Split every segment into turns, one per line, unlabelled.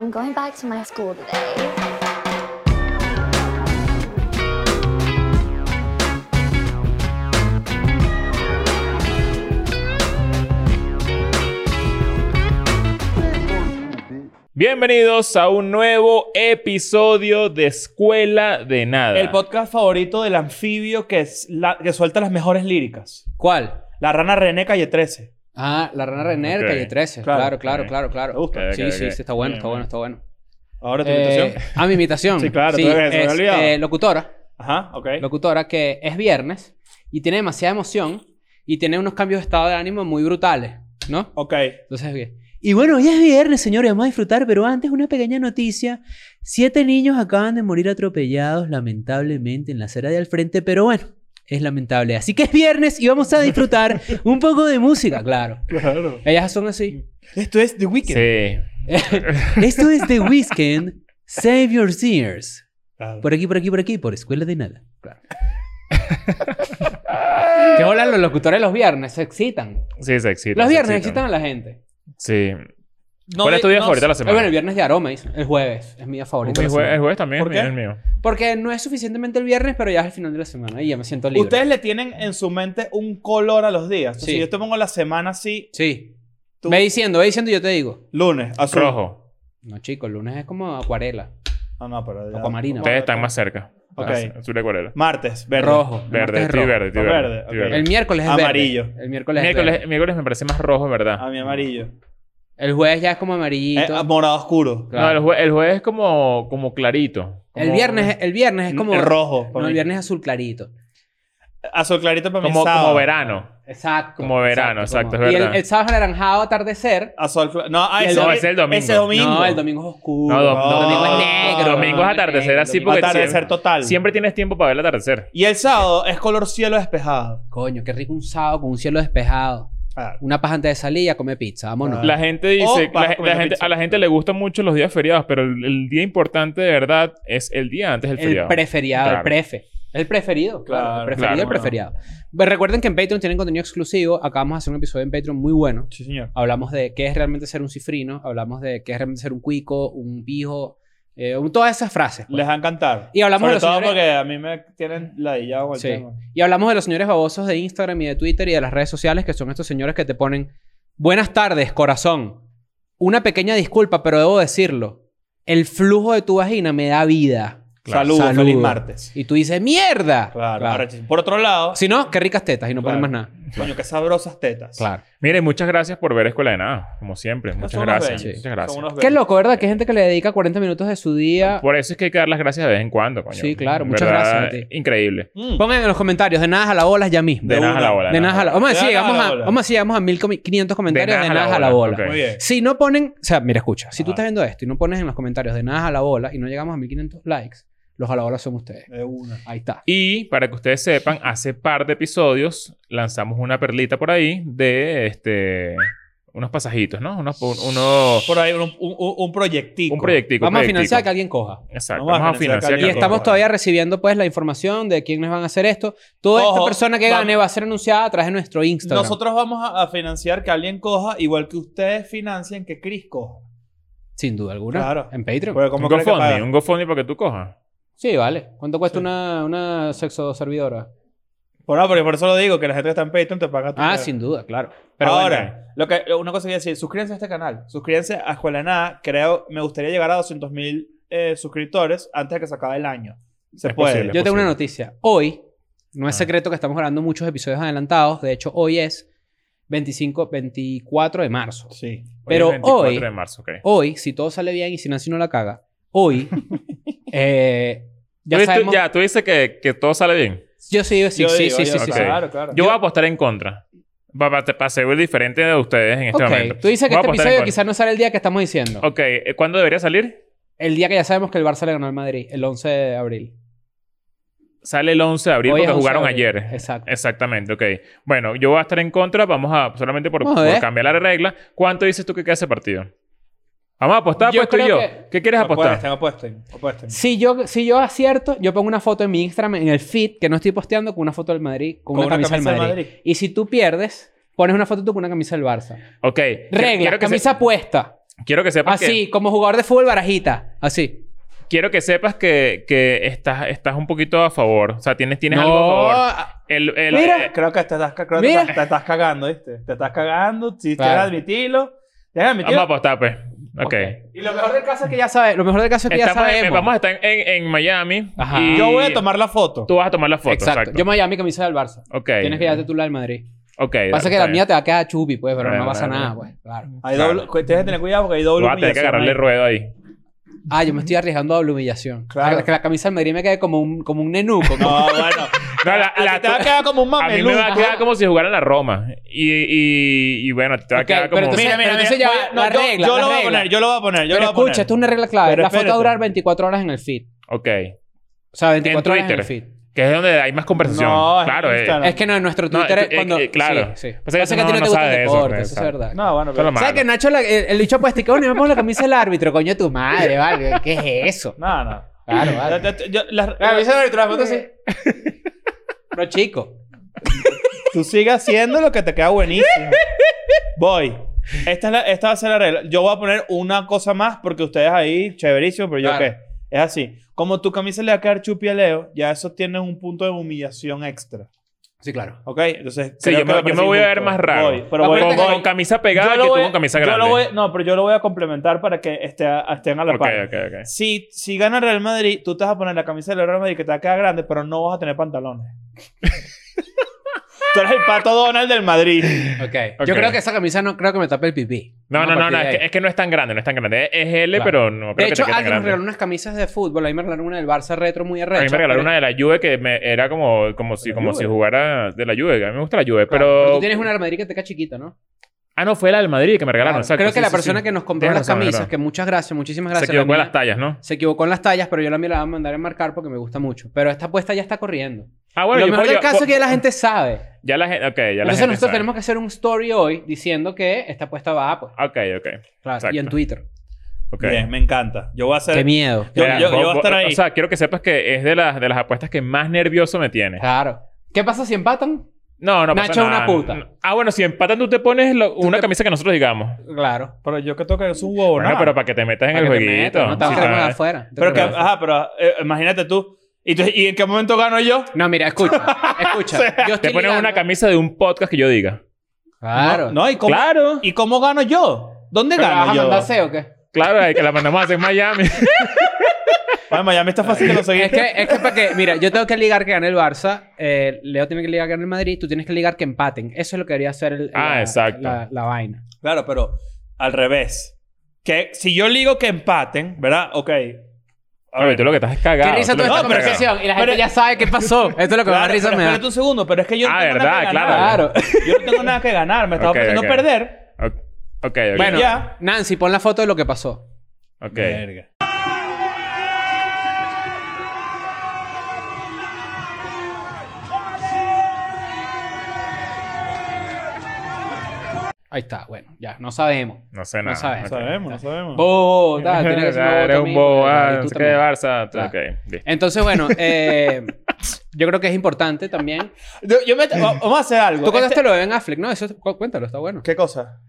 I'm going back to my school today.
Bienvenidos a un nuevo episodio de Escuela de Nada.
El podcast favorito del anfibio que, es la- que suelta las mejores líricas.
¿Cuál?
La rana René Calle 13.
Ah, la rana René,
Ok.
calle 13.
Claro,
Claro, claro,
ok.
claro, claro.
Me gusta.
Ok,
sí,
ok,
sí,
ok.
sí, está
Bien,
bueno, está
bien.
bueno. Está bueno.
Ahora tu
Eh,
invitación.
ah, mi invitación.
Sí, claro, tú ves, se me
es,
había olvidado.
eh, locutora,
Ajá, ok.
locutora que es viernes y tiene demasiada emoción y tiene unos cambios de estado de ánimo muy brutales, ¿no?
Ok.
Entonces, bien. Y bueno, hoy es viernes, señores, vamos a disfrutar, pero antes una pequeña noticia. Siete niños acaban de morir atropellados, lamentablemente, en la acera de al frente, pero bueno, es lamentable. Así que es viernes y vamos a disfrutar un poco de música, claro.
Claro.
Ellas son así.
Esto es The Weeknd.
Sí.
Esto es The Weeknd, Save Your Tears.
Claro.
Por aquí, por aquí, por aquí, por Escuela de Nada. Claro. ¿Qué hola los locutores los viernes? Se excitan.
Sí, se excitan.
Los
se
viernes
excitan.
excitan a la gente.
Sí.
No
¿Cuál
de-
es tu día
no
favorito de la
sé.
Eh, bueno, el
semana?
viernes de aroma, dicen. El jueves es mi día
Uy,
favorito. de
El
la
jue- el
semana.
jueves también
¿Por
es
qué?
el mío.
Porque no es suficientemente el viernes, pero ya es el final de la semana y ya me siento libre.
Ustedes le tienen en su mente un color a los días. Entonces,
Sí.
Si yo te pongo la semana así,
Sí.
tú-
Ve diciendo, ve diciendo y yo te digo.
lunes, azul.
Rojo.
No, chico, el lunes es como acuarela.
Ah, No, no, pero. ya-
Acuamarina.
Ustedes están más cerca.
Ok.
Ah, Azul de acuarela.
Martes, verde.
Rojo. El martes
Verde,
es
estoy
rojo.
verde, estoy
Está
verde.
verde,
estoy
ok.
verde.
El miércoles es
Amarillo.
verde. El miércoles es
Miércoles,
verde.
miércoles me parece más rojo, ¿verdad?
A Ah, mi amarillo.
El jueves ya es como
Eh,
ah,
amarillito.
a- morado oscuro.
No, el,
Claro.
jue- el jueves es como, como clarito.
el,
Como-
viernes, el viernes es como.
El Eh, rojo. para
No, el
mí.
viernes es azul clarito.
Azul clarito para mí.
Como,
sábado.
como verano.
Exacto.
Como verano, exacto,
como-
es
y el-
verdad.
el, sábado es anaranjado atardecer.
Azul cla- No, ah,
Y el-
ese,
no, ese es el domingo.
Ese domingo.
No, el domingo es oscuro.
No, dom-
No,
no,
domingo
es negro.
Domingo es atardecer así
Domingo
porque
Atardecer
siempre,
total.
siempre tienes tiempo para ver el atardecer.
Y el sábado es color cielo despejado.
Coño, qué rico un sábado con un cielo despejado.
Claro.
Una paja antes de salir y a comer pizza. Vámonos.
Ah.
La gente dice,
O
la,
vas
la
comiendo
gente,
pizza.
a la gente le gustan mucho los días feriados, pero el, el día importante de verdad es el día antes del
el
feriado.
preferiado,
Claro.
el prefe. El preferido, claro.
Claro,
el preferido,
claro.
el preferiado. Pero recuerden que en Patreon tienen contenido exclusivo. Acabamos de hacer un episodio en Patreon muy bueno.
Sí, señor.
Hablamos de qué es realmente ser un cifrino. Hablamos de qué es realmente ser un cuico, un pijo. eh, un- todas esas frases. pues.
Les va a encantar.
Y hablamos
Sobre
de los
todo
señores-
porque a mí me tienen ladillado con el
Sí.
tema.
Y hablamos de los señores babosos de Instagram y de Twitter y de las redes sociales, que son estos señores que te ponen buenas tardes, corazón. Una pequeña disculpa, pero debo decirlo. El flujo de tu vagina me da vida.
Claro.
Saludos,
Saludo.
feliz martes.
Y tú dices, ¡mierda!
Claro.
Claro.
Ahora, por otro lado,
Si no, qué ricas tetas y no
Claro.
ponen más nada.
coño, qué sabrosas tetas.
Claro.
Miren, muchas gracias por ver Escuela de Nada, como siempre.
No,
Muchas
son unos
gracias.
bellos.
Muchas
Son
gracias.
unos
Qué
bellos.
loco, ¿eh? ¿verdad? Que hay gente que le dedica 40 minutos de su día.
Por eso es que hay que dar las gracias de vez en cuando, coño.
Sí, claro, muchas gracias a ti.
Increíble.
Mm.
Pongan en los comentarios, de nada a la bola ya mismo.
De,
De
nada a la
una.
bola.
De nada a la Vamos a
De
decir,
nada a la
llegamos a,
bola.
vamos a, decir, llegamos a 1500 comentarios de nada a la bola.
ok.
Muy bien.
Si no ponen, o sea, mira, escucha, si tú
Ajá.
estás viendo esto y no pones en los comentarios de nada a la bola y no llegamos a 1500 likes, los a la bola son ustedes.
De una.
Ahí está.
Y para que ustedes sepan, hace par de episodios lanzamos una perlita por ahí de este unos pasajitos, ¿no? Unos, un- unos-
Por ahí un, un, un- un proyectico.
un proyectico. un
Vamos a
proyectico.
financiar que alguien coja.
Exacto.
Vamos a
Vamos, a
financiar que
financiar.
alguien-
Y
que-
Claro.
estamos todavía recibiendo pues la información de quiénes van a hacer esto. Toda
Ojo,
esta persona que
va-
gane va a ser anunciada a través de nuestro Instagram.
Nosotros vamos a, a financiar que alguien coja, igual que ustedes financien que Chris coja.
Sin duda alguna.
Claro.
En Patreon.
Porque
Un
¿cómo crees que
GoFundMe,
paga?
un GoFundMe para que tú cojas.
sí, vale. ¿Cuánto cuesta
Sí.
una, una sexo servidora?
Por, ah, porque por eso lo digo, que la gente que está en Patreon te paga tu
Ah,
pedo.
sin duda, claro.
Ahora, lo que, lo- una cosa que voy a decir, suscríbanse a este canal, suscríbanse a Escuela de Nada, creo, me gustaría llegar a 200 mil eh, suscriptores antes de que se acabe el año. Se
Es
puede.
posible.
Yo tengo
posible.
una noticia. Hoy, no es
Ah.
secreto que estamos grabando muchos episodios adelantados. De hecho, hoy es 25, 24 de marzo.
Sí.
Pero
es 24
hoy-
de marzo, ok.
Hoy, si todo sale bien y si Nancy no la caga, hoy, eh,
Tú-
ya
tú-
sabemos...
ya, tú dices que, que todo sale bien.
Yo sí, sí,
Yo
sí,
digo,
sí,
yo-
sí, sí, sí.
Claro, claro.
Yo voy a apostar en contra. Para ser diferente de ustedes en este
Ok,
momento.
tú dices
Voy
que
a
este
apostar en
episodio
contra.
quizás no sale el día que estamos diciendo.
Ok, eh, ¿cuándo debería salir?
El día que ya sabemos que el Barça le ganó al Madrid, el 11 de abril.
Sale el 11 de abril
Hoy es
porque
11 de
jugaron
abril.
ayer.
Exacto.
Exactamente, ok. Bueno, yo voy a estar en contra. Vamos a, solamente por,
Vamos a
por
ver.
cambiar la regla. ¿Cuánto dices tú que queda ese partido? Vamos a apostar,
Yo
pues tú y yo.
creo que-
¿Qué quieres apostar?
Apuesten, apuesten, apuesten.
Si yo, si yo acierto, yo pongo una foto en mi Instagram, en el feed, que no estoy posteando, con una foto del Madrid, con, una, camisa, del Madrid. Y si tú pierdes, pones una foto tú con una camisa del Barça.
Ok. Quiero-
Regla,
quiero que se-
camisa puesta.
Quiero que sepas que...
Así, como jugador de fútbol barajita. Así.
Quiero que sepas que, que estás, estás un poquito a favor. O sea, tienes, tienes algo a favor.
a-
El, el-
Mira.
eh,
Creo que te estás, ca- creo que
Mira.
te estás- te estás cagando, ¿viste? Te estás cagando. Si te
Claro.
admitirlo, te
vamos a
admitirlo.
apostar, pues. Ok.
Y lo mejor del caso es que ya sabes. Lo mejor del caso es que ya
Estamos en-
sabemos.
vamos a estar en, en Miami.
Ajá.
y
Yo voy a tomar la foto.
Tú vas a tomar la foto.
exacto.
Exacto.
Yo Miami, camisa del Barça.
Ok.
Tienes que llevarte tú la del Madrid.
Ok.
Pasa
dale,
que
está
la
bien.
mía te va a quedar chupi, pues, pero
Vale,
no pasa
vale,
nada,
vale.
pues. Claro.
Hay
Claro.
doble, cu- Tienes que tener cuidado porque hay doble
Vas a tener que
humillación
agarrarle
ahí.
el ruedo ahí.
Ah, yo me estoy arriesgando a la humillación.
Claro.
O sea, Que la camisa del Madrid me quede como un, como un nenuco. como-
No, bueno.
No, la-
A ti
la-
te va a quedar como un
A mí me va a
mameluco.
quedar como si jugara en la Roma. Y, y, y bueno, te va a
Ok,
quedar
pero
como...
entonces-
Mira, mira,
entonces
mira,
ya
voy-
la
yo-
regla,
Yo,
la
lo voy a
regla.
poner, yo lo voy a poner, yo
pero
lo voy a
escucha,
poner.
esto es una regla clave.
Pero
la foto va a
espérate.
durar 24 horas en el feed.
Ok.
O sea, 24
En
horas en el
Twitter.
feed.
Que es donde hay más conversación.
No, es
claro. eh.
Instagram.
Es que no, en nuestro
No,
Twitter
eh,
es cuando...
eh, eh, claro. Pasa
Sí, sí.
que
Pasa que a
no-
ti no
no
te gusta
sabe de
el
eso,
deporte,
pues,
eso es
exacto.
verdad.
No,
Eso
bueno,
es lo
pero...
malo.
¿Sabes que Nacho, la- el, el bicho puestico, no me pongo la camisa del árbitro, coño, tu madre, vale? ¿Qué es eso?
No, no.
Claro, vale.
Yo- yo- yo- las-
del árbitro, la foto sí. No, chico.
Tú sigue haciendo lo que te queda buenísimo. Voy. Esta, es la- esta va a ser la regla. Yo voy a poner una cosa más porque ustedes ahí, chéverísimo, pero yo
Claro.
qué. Es así. Como tu camisa le va a quedar chupi a Leo, ya eso tiene un punto de humillación extra.
Sí, claro.
¿Ok? Entonces,
Sí, yo me, yo me voy a ver más raro.
Voy, pero voy,
con,
voy.
con camisa pegada
Yo lo
que
voy-
tú con camisa
yo lo
grande.
voy- no, pero yo lo voy a complementar para que esté a- estén a la
ok,
par.
ok, ok.
Si, si gana Real Madrid, tú te vas a poner la camisa del Real Madrid que te va a quedar grande, pero no vas a tener pantalones. tú eres el pato Donald del Madrid.
Ok. Yo
Ok.
creo que esa camisa no creo que me tape el pipí.
No, no,
Vamos a
no, no,
partir de
es,
ahí.
que, es que no es tan grande, no es tan grande. Es- Es L,
Claro.
pero no creo
De
que
hecho,
te quede tan
alguien nos
grande.
regaló unas camisas de fútbol. Ahí me regalaron una del Barça retro muy
A
arrecha.
mí me regalaron
pero-
una de la Juve que me, era como, como, si,
¿De la
como
Juve?
si jugara de la Juve. A mí me gusta la Juve,
Claro,
pero...
Tú tienes una del Madrid que te queda chiquita, ¿no?
Ah, no, fue la del Madrid que me regalaron.
Claro.
exacto,
Creo que
sí,
la
sí,
persona
sí.
que nos compró
Tienes
las
razón,
camisas,
¿verdad?
que muchas gracias, muchísimas
Se
gracias.
equivocó en
mía-
las tallas, ¿no?
Se equivocó en las tallas, pero yo la mía la voy a mandar a enmarcar porque me gusta mucho. Pero esta apuesta ya está corriendo.
Ah, bueno,
lo
yo
mejor
puedo-
del caso
yo-
es que ya la gente sabe.
Ya la gente... Ok, ya la
Entonces
gente
nosotros
sabe.
tenemos que hacer un story hoy diciendo que esta apuesta va, pues.
Ok, ok.
claro,
exacto.
y en Twitter.
ok.
Bien, me encanta. Yo voy a hacer.
Qué miedo.
Yo-
Mira,
yo- yo
vos-
voy a estar
vos-
ahí.
O sea, quiero que sepas que es de las, de las apuestas que más nervioso me tiene.
Claro. ¿Qué pasa si empatan?
No, no pasa
Ah. Nacho es una
nada.
puta.
Ah, bueno, si empatan tú te pones lo- una
te-
camisa que nosotros digamos.
Claro.
Pero yo que toco es un huevo,
Bueno,
¿no?
pero para que te metas en
Para
el
que te
jueguito.
metas, No te
Sí,
vas a quedar
está-
con la afuera.
Pero que,
Te vas a-
ajá, pero eh, imagínate tú. ¿Y, tú- y en qué momento gano yo?
No, mira, escucha. Escucha. Yo
te
estoy
pones
ligando-
una camisa de un podcast que yo diga.
Claro.
No, ¿y cómo,
Claro.
¿Y cómo gano yo? ¿Dónde
¿Pero
gano
vas a
yo?
mandar SEO o qué?
Claro, eh, que la mandamos a hacer en Miami.
Bueno, Miami está fácil de conseguir.
Es que, es que para que, mira, yo tengo que ligar que gane el Barça, eh, Leo tiene que ligar que gane el Madrid, tú tienes que ligar que empaten. Eso es lo que debería hacer el,
Ah,
la,
exacto.
La, la vaina.
Claro, pero al revés. Que si yo le digo que empaten, ¿verdad? Ok. A
A ver, tú lo que estás es cagado.
Qué risa
tú
toda
lo
esta
que estás es
conversación y la gente
pero-
ya sabe qué pasó. Esto es lo que más
Claro,
risa
pero
me da.
espérate un segundo, pero es que yo no
Ah,
tengo nada
verdad,
que ganar.
Claro.
Yo no tengo nada que ganar, me estaba
Ok,
ofreciendo
ok.
perder.
cagado. Ok, ok.
Bueno,
Ya.
Nancy, pon la foto de lo que pasó.
ok.
Verga.
Ahí está, bueno, ya, no sabemos.
No sé
No
nada.
sabes.
ok.
Sabemos, no sabemos.
Bo, tal, tiene que ser una
Eres
bota
un
mismo,
bobo.
y
ah,
tú
no sé qué,
también.
Barça.
Claro.
Ok, listo.
Entonces, bueno, eh, yo creo que es importante también.
Yo, yo me- va- vamos a hacer algo.
Tú contaste
Este-
lo de Ben Affleck, ¿no? Eso, cu- cuéntalo, está bueno.
¿Qué cosa?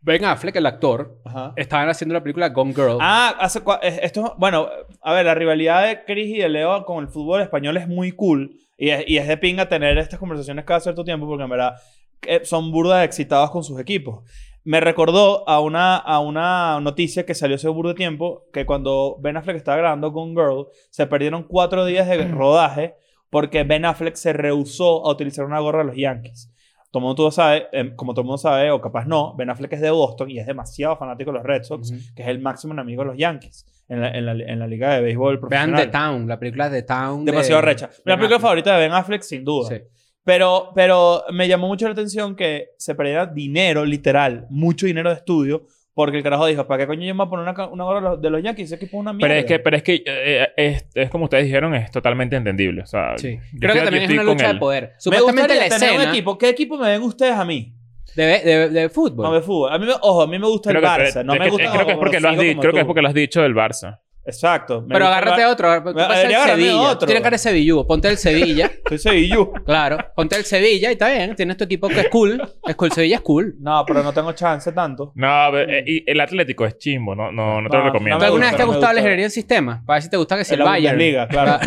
Ben Affleck, el actor,
Ajá.
estaban haciendo la película Gone Girl.
Ah, hace cua- es- esto, bueno, a ver, la rivalidad de Chris y de Leo con el fútbol español es muy cool y es, y es de pinga tener estas conversaciones cada cierto tiempo porque en verdad eh, son burdas excitados con sus equipos. Me recordó a una, a una noticia que salió hace burdo de tiempo que cuando Ben Affleck estaba grabando con Girl se perdieron cuatro días de rodaje porque Ben Affleck se rehusó a utilizar una gorra de los Yankees. Todo el mundo lo sabe, eh, como todo el mundo sabe, o capaz no, Ben Affleck es de Boston y es demasiado fanático de los Red Sox
Ujú.
que es el máximo enemigo de los Yankees en la, en la- en la liga de béisbol
Vean The
profesional.
Town, la película de The Town. de-
Demasiado recha. Mi
Ben
película
Affleck.
favorita de Ben Affleck, sin duda.
Sí.
Pero, pero me llamó mucho la atención que se perdiera dinero, literal, mucho dinero de estudio, porque el carajo dijo, ¿para qué coño yo me voy a poner una, ca- una gorra de los- de los Yankees? Ese equipo es una mierda.
Pero es que, pero es, que eh, eh, es, es como ustedes dijeron, es totalmente entendible. O sea,
Sí.
yo
Creo
estoy-
que
yo
también es
estoy
una
con
lucha de
él.
poder.
me
Supuestamente la
gustaría tener un
escena
equipo. ¿Qué equipo me ven ustedes a mí?
de, de- de fútbol.
No, de fútbol. A mí me, ojo, a mí me gusta
Creo
el
que-
Barça. no
es
me
que-
gusta
creo que es porque lo has
Orozco
dicho,
como
creo que es
tú.
porque lo has dicho del Barça.
Exacto. Me
Pero
gusta
agárrate
más-
otro. ¿Qué
Me-
pasa el
debería agarrarme
Sevilla?
otro.
Tiene cara de Sevillugo. Ponte el Sevilla.
Soy Sevillu.
claro. Ponte el Sevilla y está bien. Tienes tu equipo que es cool. Es cool. Sevilla es cool.
No, pero no tengo chance tanto.
No, pero, eh, y el Atlético es chimbo, no, no, no te
No,
lo recomiendo.
¿Tú
me
alguna
gusta,
vez te ha
no me
gustado la
gusta.
ingeniería del sistema? Para ver si te gusta que si
En
el
la
Bayern.
Bundesliga, claro.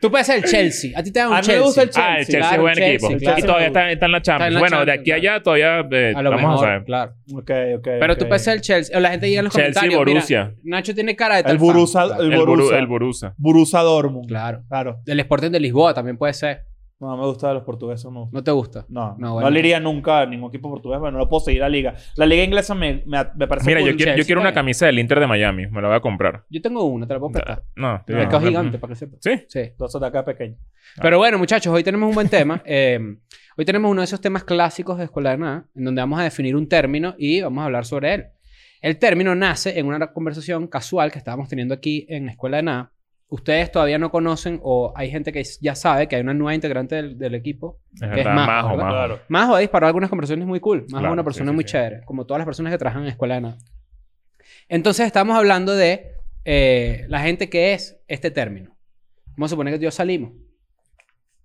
Tú puedes ser el Chelsea. A ti te da un
A mí me
Chelsea.
gusta el
Ah, el Chelsea es
Claro,
buen
Chelsea,
equipo.
claro.
Y todavía está, está en la Champions.
Está en la
bueno, de
Champions,
aquí a
claro.
allá todavía eh,
A lo
vamos
mejor,
a saber.
claro.
Ok, ok.
Pero tú
ok.
puedes ser el Chelsea. O la gente diga en los
Chelsea,
comentarios. mira,
Borussia.
Nacho tiene cara de tal
El
fan.
Borussia-
Claro.
el-
El, Boru-
Borussia.
el Borussia.
Borussia Dortmund.
Claro.
Claro.
El Sporting de Lisboa también puede ser.
No, me gustan los portugueses. No, me gusta.
No te gusta.
no,
No,
no,
bueno.
le iría nunca a ningún equipo portugués. Bueno, no puedo seguir la liga. La liga inglesa me, me, me parece
Mira,
cool.
yo quiero, yo
Chelsea,
quiero una
está bien.
camisa del Inter de Miami. Me la voy a comprar.
Yo tengo una, te la puedo prestar.
No, te digo,
No.
Mercado
me-
gigante, para que sepas.
¿Sí?
Sí.
Entonces, de acá pequeño.
Pero bueno, muchachos, hoy tenemos un buen tema. Eh, hoy tenemos uno de esos temas clásicos de Escuela de Nada, en donde vamos a definir un término y vamos a hablar sobre él. El término nace en una conversación casual que estábamos teniendo aquí en Escuela de Nada. Ustedes todavía no conocen o hay gente que ya sabe que hay una nueva integrante del, del equipo.
Es
Es
verdad,
majo,
majo,
¿verdad?
majo.
Claro.
Majo ha disparado algunas conversaciones muy cool. Majo es
Claro,
una
sí,
persona
sí,
muy
sí.
chévere, como todas las personas que trabajan en Escuela de Nada. Entonces estamos hablando de eh, la gente que es este término. Vamos a suponer que tú y yo salimos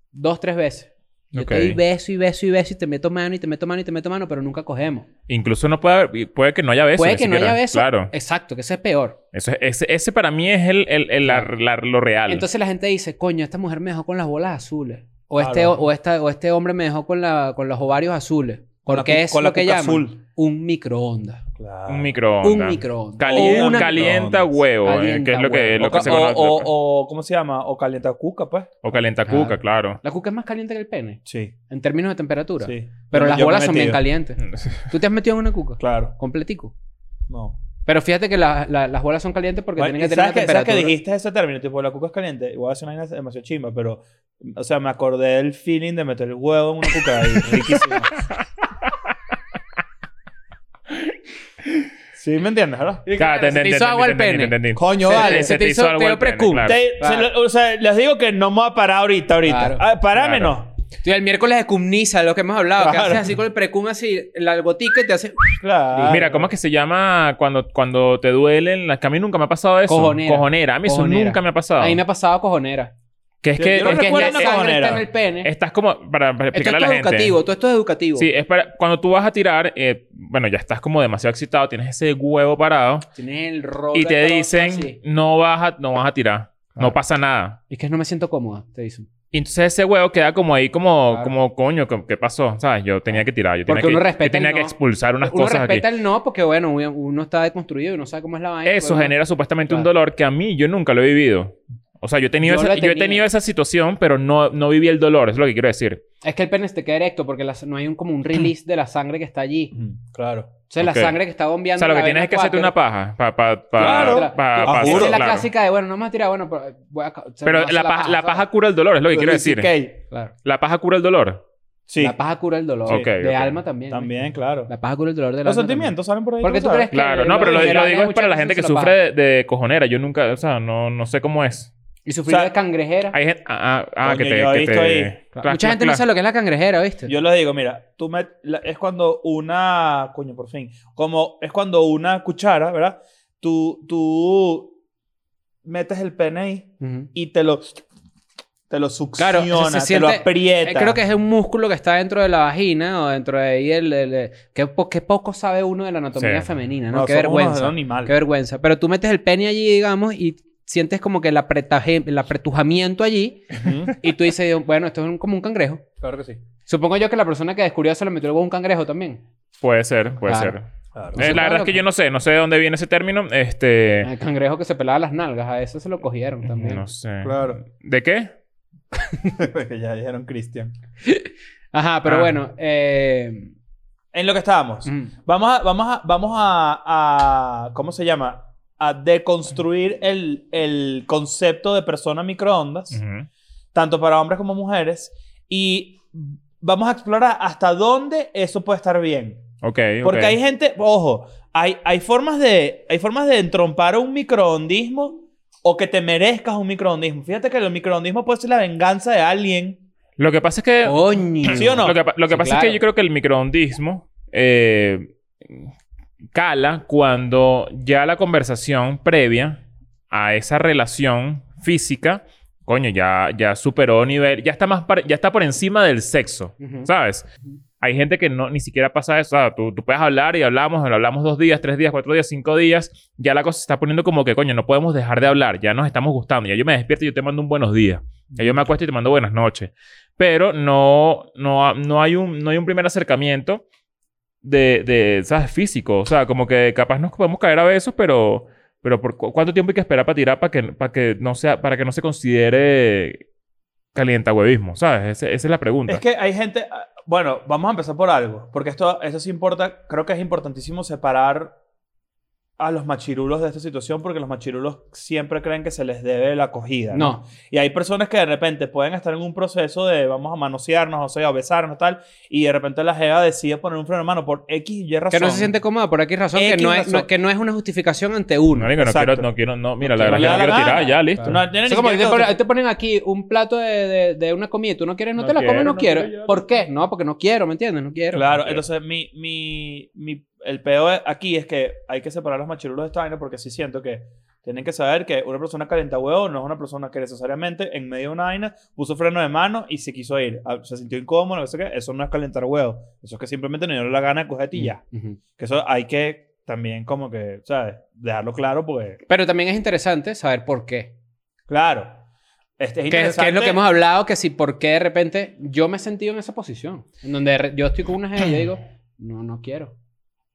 dos, tres veces. Yo
Ok.
te doy beso y beso y beso y te meto mano y te meto mano y te meto mano, pero nunca cogemos.
Incluso no puede haber, puede que no haya besos.
Puede
ni
que no
siquiera.
haya beso.
Claro.
Exacto, que eso es peor.
Eso es- ese, ese para mí es el, el- el- la- la- lo real.
Entonces la gente dice, coño, esta mujer me dejó con las bolas azules. O,
Claro.
este, o, o esta, o este hombre me dejó con, la, con los ovarios azules. Porque
la cu-
es
con
lo
la
que
cuca
llaman
azul.
un microondas.
Claro.
un microondas.
Un microondas.
Calien-
O una-
Calienta huevo, eh,
Calienta
que es lo que,
huevo.
lo
O,
que
ca-
se
o-
conoce.
o- o- ¿cómo se llama? O calienta cuca, pues.
O calienta
Claro.
cuca, claro.
La cuca es más caliente que el pene,
Sí.
en términos de temperatura.
sí.
Pero
Yo me
las
Mm. he
bolas son bien
metido.
calientes. ¿Tú te has metido en una cuca?
Claro.
Completico.
No.
Pero fíjate que la- la- las bolas son calientes porque
Bueno,
tienen que
y
tener
¿sabes,
una
que, ¿Sabes que
temperatura.
dijiste ese término? Tipo, la cuca es caliente. Igual hace una vaina demasiado chimba, pero... O sea, me acordé del feeling de meter el huevo en una cuca. ahí, riquísimo. ¿Sí me entiendes, verdad?
Claro,
se te
entendí,
hizo agua el
entendí,
pene.
entendí, entendí.
Coño,
Se-
vale.
se, te hizo, te
algo
dio
el pene,
precum.
claro.
Te-
Claro.
se lo- o sea, les digo que no me voy a parar ahorita, ahorita.
Claro.
Ah, parame, no.
Tú el miércoles de cumniza, lo que hemos hablado. Que
Claro.
haces así con el precum, así, la gotica y te hace...
Claro.
Mira, ¿cómo es que se llama cuando, cuando te duelen? las- Que a mí nunca me ha pasado eso.
Cojonera.
A mí eso
Cojonera.
nunca me ha pasado.
A mí me ha pasado cojonera.
Que es
Yo-
que,
yo no
es que
recuerdo
es-
una
la
es-
sangre
cojonera.
está en el pene.
estás como... Para, para
¿eh? Esto es
explicarle
todo
a la gente.
educativo. Todo esto es educativo.
Sí, es para... Cuando tú vas a tirar... eh, bueno, ya estás como demasiado excitado. Tienes ese huevo parado.
Tienes el rollo
Y te
de todo
dicen...
así.
No vas a, no vas a tirar. No
Claro.
pasa nada.
Es que no me siento cómoda, te dicen.
Y entonces ese huevo queda como ahí, como,
Claro.
como coño, ¿qué- ¿qué pasó? ¿Sabes? Yo tenía que tirar, yo tenía, que,
Porque uno
yo
respeta el
tenía que
no.
expulsar unas
uno
cosas aquí.
respeta el no porque, bueno, uno- uno está deconstruido y no sabe cómo es la vaina.
Eso
pero uno-
genera supuestamente un
Claro.
dolor que a mí yo nunca lo he vivido. O sea, yo he tenido,
Yo
esa,
lo he
yo he
tenido.
tenido esa situación, pero no, no viví el dolor, es lo que quiero decir.
Es que el pene te queda erecto porque la- no hay un, como un release de la sangre que está allí.
Mm, Claro.
Entonces,
Ok.
la sangre que está
O
bombeando.
sea, lo
en
que
la
tienes
vena
es que hacerte
cuáter-
una paja. Pa, pa, pa-
Claro.
pa- pa-
Ah,
pa-
juro.
Esa es la
claro.
clásica de, bueno, no me vas a tirar, bueno, pero... voy a ca- o sea,
Pero
no hace
la, paja, la
¿sabes?
paja cura el dolor, es lo que quiero decir.
Ok.
Claro.
La paja cura el dolor.
Sí.
La paja cura el dolor.
Sí. Ok,
de
ok.
alma también. ¿no?
También, claro.
La paja cura el dolor de la
Los sentimientos salen por ahí.
Porque tú
sabes.
crees que...
Claro, no,
los
pero lo, lo
liberales
digo es
muchas
para la
veces
gente que
se la
sufre
paja.
de, de cojonera. Yo nunca, o sea, no, no sé cómo es.
Y sufrir
o sea,
de cangrejera.
Hay gente. Ah, ah, ah,
Coño,
que te.
yo he
que
visto
te-
ahí.
Claro,
Mucha gente no
claro.
sabe lo que es la cangrejera, ¿viste?
Yo les digo, mira, tú met- la- es cuando una, coño, por fin, como es cuando una cuchara, ¿verdad? Tú, tú metes el pene ahí
Ujú.
y te lo, te lo
Claro,
succiona,
o sea, se
te lo
siente- Eh,
aprieta.
creo que es un músculo que está dentro de la vagina o dentro de ahí el... el- el- Qué, po- qué poco sabe uno de la anatomía
Sí.
femenina, ¿no?
no,
qué
somos unos
vergüenza.
animales.
Qué vergüenza. Pero tú metes el pene allí, digamos, y sientes como que el, apretaje- el apretujamiento allí.
Ujú.
Y tú dices, bueno, esto es un- como un cangrejo.
Claro que sí.
Supongo yo que la persona que descubrió se lo metió con un cangrejo también.
Puede ser, puede
Claro.
ser.
Claro.
Eh,
Sí,
la
claro
verdad es que
que-
yo no sé, no sé de dónde viene ese término. Este.
El cangrejo que se pelaba las nalgas. A eso se lo cogieron también.
No sé.
Claro.
¿De qué?
Porque ya dijeron Cristian.
Ajá, pero
Ah.
bueno. eh,
En lo que estábamos.
mm,
Vamos a, vamos a, vamos a, a- ¿cómo se llama? A deconstruir el, el concepto de persona microondas.
Ujú.
tanto para hombres como mujeres, y vamos a explorar hasta dónde eso puede estar bien.
Ok, ok.
Porque hay gente, ojo, hay, hay, formas de, hay formas de entrompar un microondismo o que te merezcas un microondismo. Fíjate que el microondismo puede ser la venganza de alguien.
Lo que pasa es que.
Coño.
Oh, ¿Sí o no?
Lo que, pa- lo que
Sí,
pasa es
claro.
que yo creo que el microondismo. eh, cala cuando ya la conversación previa a esa relación física, coño, ya, ya superó nivel, ya está más par- ya está por encima del sexo,
Ujú.
¿sabes? Hay gente que no, ni siquiera pasa eso. O sea, tú, tú puedes hablar y hablamos, hablamos dos días, tres días, cuatro días, cinco días. Ya la cosa se está poniendo como que, coño, no podemos dejar de hablar. Ya nos estamos gustando. Ya yo me despierto y yo te mando un buenos días. Ya yo me acuesto y te mando buenas noches. Pero no, no, no, hay, un, no hay un primer acercamiento de, de, ¿sabes? Físico. O sea, como que capaz nos podemos caer a besos, pero... Pero por cu- cuánto tiempo hay que esperar para tirar para que, para que no sea, para que no se considere calientahuevismo, ¿sabes? Ese- esa es la pregunta.
Es que hay gente. ah, Bueno, vamos a empezar por algo. Porque esto, eso sí importa. Creo que es importantísimo separar a los machirulos de esta situación. Porque los machirulos siempre creen que se les debe la acogida.
No.
Y hay personas que de repente pueden estar en un proceso de vamos a manosearnos, o sea, a besarnos, tal. Y de repente la jeva decide poner un freno de mano por X y Y razón.
Que no se siente cómoda por aquí razón, que
X
no, es,
razón.
no- que no es una justificación ante uno.
Marico, no
Exacto.
quiero, no quiero, no, mira, la
No
verdad
le
es que
da
no quiero
la
tirar,
gana.
ya, listo.
No tiene
O
ni
sea, como
siquiera
te,
que-
ponen, te ponen aquí un plato de, de- de una comida y tú no quieres, no,
No
te la comes,
quiero,
no,
no
quieres.
quiero, ya.
¿Por qué? No, porque no quiero, ¿me entiendes? No quiero.
Claro,
Ok.
entonces mi, mi, mi- el peo aquí es que hay que separar los machirulos de esta vaina porque sí siento que tienen que saber que una persona calienta huevo no es una persona que necesariamente en medio de una vaina puso freno de mano y se quiso ir. Ah, Se sintió incómodo, no sé qué. Eso no es calentar huevo. Eso es que simplemente no le dio la gana de cogerte y ya.
Ujú.
Que eso hay que también como que, ¿sabes? Dejarlo claro porque,
Pero también es interesante saber por qué.
claro. Este es
Que es, que es lo que
interesante.
hemos hablado, que si por qué de repente yo me he sentido en esa posición. En donde de re- yo estoy con una gente y yo digo, no, no quiero.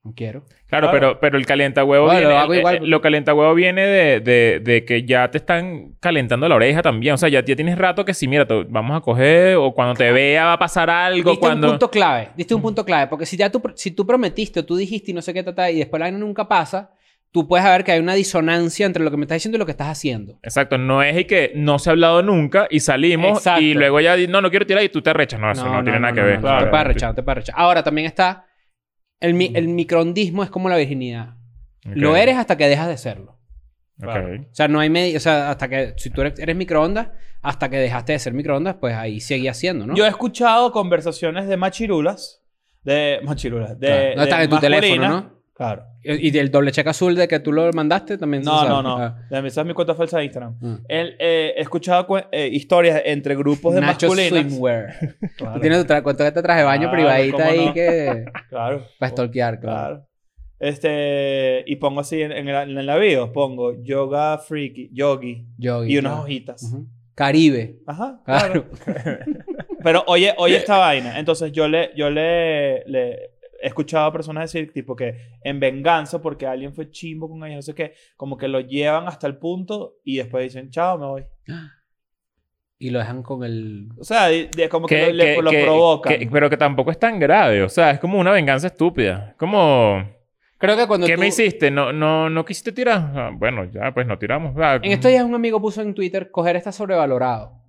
No quiero.
Claro,
Claro.
pero, pero el calientahuevo
Bueno,
viene,
lo hago
eh,
igual.
eh, lo calientahuevo viene de, de, de que ya te están calentando la oreja también. O sea, ya, ya tienes rato que sí, mira, te- vamos a coger, o cuando te vea va a pasar algo,
Diste un
cuando...
punto clave, diste un punto clave, porque si ya tú, pr- si tú prometiste o tú dijiste y no sé qué tata y después la vaina nunca pasa, tú puedes ver que hay una disonancia entre lo que me estás diciendo y lo que estás haciendo.
Exacto, no es y que no se ha hablado nunca y salimos
Exacto.
y luego ya, di- no, no quiero tirar y tú te rechas. No, eso no, tiene nada que ver.
no,
Claro.
no te puedes rechazar, no te puedes rechazar. Ahora también está el, mi- el microondismo es como la virginidad.
Ok,
Lo eres hasta que dejas de serlo.
ok.
Claro.
O sea, no hay medio, o sea, hasta que si tú eres, eres microondas, hasta que dejaste de ser microondas, pues ahí seguías siendo, ¿no?
Yo he escuchado conversaciones de machirulas, de machirulas, de,
Claro. No
de
está en tu teléfono,
masculinas.
¿no?
Claro.
Y, y del doble cheque azul de que tú lo mandaste también. se
No,
sabe.
no, no.
Ah.
De esa es mi cuenta falsa de Instagram.
Ah.
El, eh, he escuchado cu- eh, historias entre grupos de
Nacho
masculinas.
Swimwear.
Claro,
Tú tienes tu tra- con todo este traje de baño
Claro,
privadita
Ah, cómo
ahí
no.
que...
claro.
Para stalkear, claro.
Claro. Este, y pongo así en, en el, en el navío, pongo yoga freaky, yogi,
Yogi,
y unas
claro.
hojitas.
Ujú. Caribe.
Ajá, claro.
Claro.
Pero oye, oye esta vaina. Entonces yo le, yo le, le he escuchado a personas decir tipo que en venganza porque alguien fue chimbo con ella, no sé qué, como que lo llevan hasta el punto y después dicen, chao, me voy.
Y lo dejan con el...
O sea, de- de- como que,
Que-
lo- le-
que-
lo
que-
provocan.
que- pero que tampoco es tan grave. O sea, es como una venganza estúpida. Como...
Creo que cuando
¿Qué
tú-
me hiciste? ¿No, no, ¿No quisiste tirar? Ah, bueno, ya, pues no tiramos. Ah,
En estos días un amigo puso en Twitter, coger está sobrevalorado.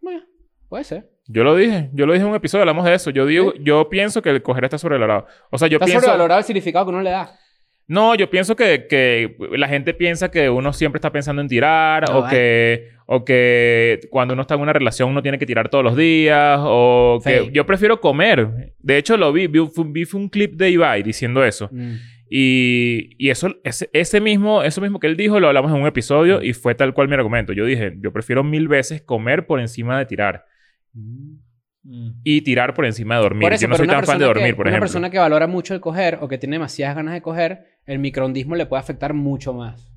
Bueno, puede ser.
Yo lo dije. Yo lo dije en un episodio. Hablamos de eso. Yo digo, yo pienso que el coger está sobrevalorado. O sea, yo
está
pienso...
sobrevalorado el significado que uno le da.
No, yo pienso que, que la gente piensa que uno siempre está pensando en tirar
No,
o,
vale.
que, o que cuando uno está en una relación uno tiene que tirar todos los días o que...
Sí.
Yo prefiero comer. De hecho, lo vi. Vi, un- vi un clip de Ibai diciendo eso.
Mm.
Y, y eso, ese, ese mismo, eso mismo que él dijo, lo hablamos en un episodio y fue tal cual mi argumento. Yo dije, yo prefiero mil veces comer por encima de tirar
Mm.
y tirar por encima de dormir.
Por eso,
yo no soy
pero una
tan fan
persona
de dormir,
que,
por
una
ejemplo.
persona que valora mucho el coger o que tiene demasiadas ganas de coger, el microondismo le puede afectar mucho más.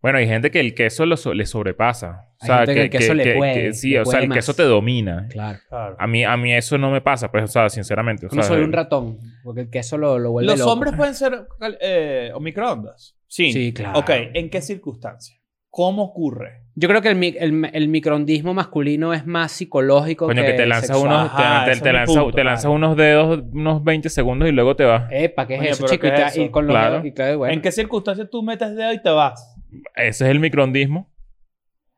Bueno, hay gente que el queso lo so- le sobrepasa. O
Hay
sea,
gente que el queso le puede,
sí,
le
o sea,
puede
el
más.
queso te domina.
Claro.
Claro.
A mí, a mí eso no me pasa, pues, o sea, sinceramente. o
Uno
sea,
soy un ratón, porque el queso lo, lo vuelve
Los
loco.
hombres pueden ser eh, o microondas. Sí.
Sí, claro.
Ok, ¿en qué circunstancia? ¿Cómo ocurre?
Yo creo que el, mi- el- el microondismo masculino es más psicológico
Coño, que te lanza
sexual.
unos, te,
Ajá,
te-
ese
te
es mi
lanza,
punto,
te lanza
claro.
unos dedos, unos 20 segundos y luego te vas.
Epa, ¿qué es
Coño,
eso,
pero
chico?
¿qué
Y, te-
es eso?
y con los
Claro.
dedos- y claro, bueno.
¿En qué circunstancia tú metes dedo y te vas?
Ese es el microondismo.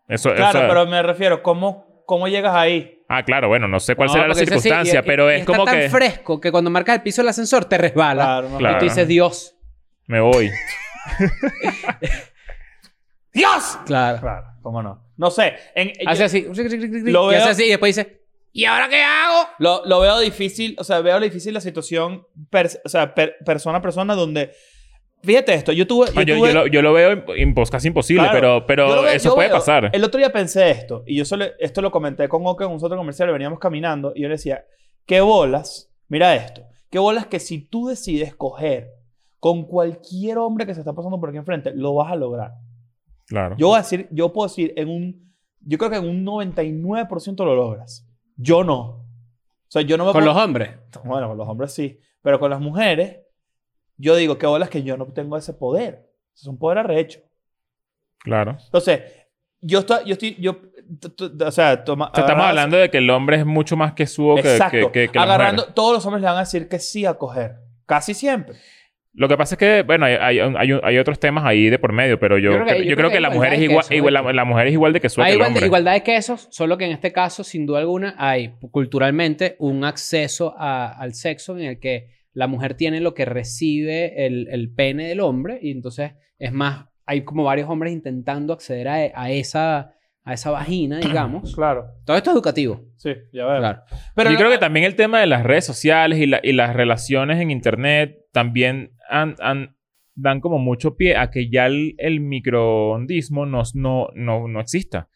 Eso,
Claro,
eso-
pero me refiero, ¿cómo, cómo llegas ahí?
Ah, claro, bueno, no sé cuál
No,
será la
porque ese sí, y-
circunstancia,
y-
pero
y
es como
está
que
tan fresco que cuando marcas el piso del ascensor te resbala.
Claro, no.
Claro.
Y tú dices, Dios.
me voy.
¡Dios!
Claro.
Claro, cómo no. No sé. En,
Hace
yo-
así.
Lo
Y
veo-
hace así y después dice, ¿Y ahora qué hago?
Lo, lo veo difícil, o sea, veo la difícil la situación, per- o sea, per- persona a persona, donde. Fíjate esto, yo tuve.
Ah, Yo, yo
tuve-
lo, yo lo veo imp- imp- casi imposible,
Claro.
pero,
Yo
pero
lo veo-
eso
yo
puede
veo-
pasar.
El otro día pensé esto, y yo solo, esto lo comenté con Oka en un centro comercial, veníamos caminando, y yo le decía, qué bolas, mira esto, qué bolas que si tú decides coger con cualquier hombre que se está pasando por aquí enfrente, lo vas a lograr.
Claro.
Yo voy a decir, yo puedo decir, en un, yo creo que en un 99% lo logras. Yo no. O sea, yo no me
Con
puedo-
los hombres.
bueno, con los hombres sí, pero con las mujeres, yo digo, qué bolas que yo no tengo ese poder. Es un poder arrecho.
claro.
Entonces, yo estoy, yo estoy, yo, t- t- o sea, toma,
O sea, estamos
agarras-
hablando de que el hombre es mucho más que subo que,
exacto,
que, que- que la mujer.
agarrando, todos los hombres le van a decir que sí a coger, casi siempre.
Lo que pasa es que, bueno, hay, hay, hay, hay otros temas ahí de por medio, pero yo,
Yo creo que-
cre-
yo
yo creo que, la
hay
mujer es igual,
igualdad de
igual-
queso,
la, la mujer es igual de que suba
Hay
que el
igual-
hombre.
igualdad de quesos, solo que en este caso, sin duda alguna, hay culturalmente un acceso a- al sexo en el que la mujer tiene lo que recibe el, el pene del hombre y entonces es más, hay como varios hombres intentando acceder a, a esa, a esa vagina, digamos.
Claro,
Todo esto es educativo.
sí, ya veo.
Claro.
Pero
yo
no-
creo que también el tema de las redes sociales y, la- y las relaciones en internet también han- han- dan como mucho pie a que ya el, el microondismo no, no, no, no exista.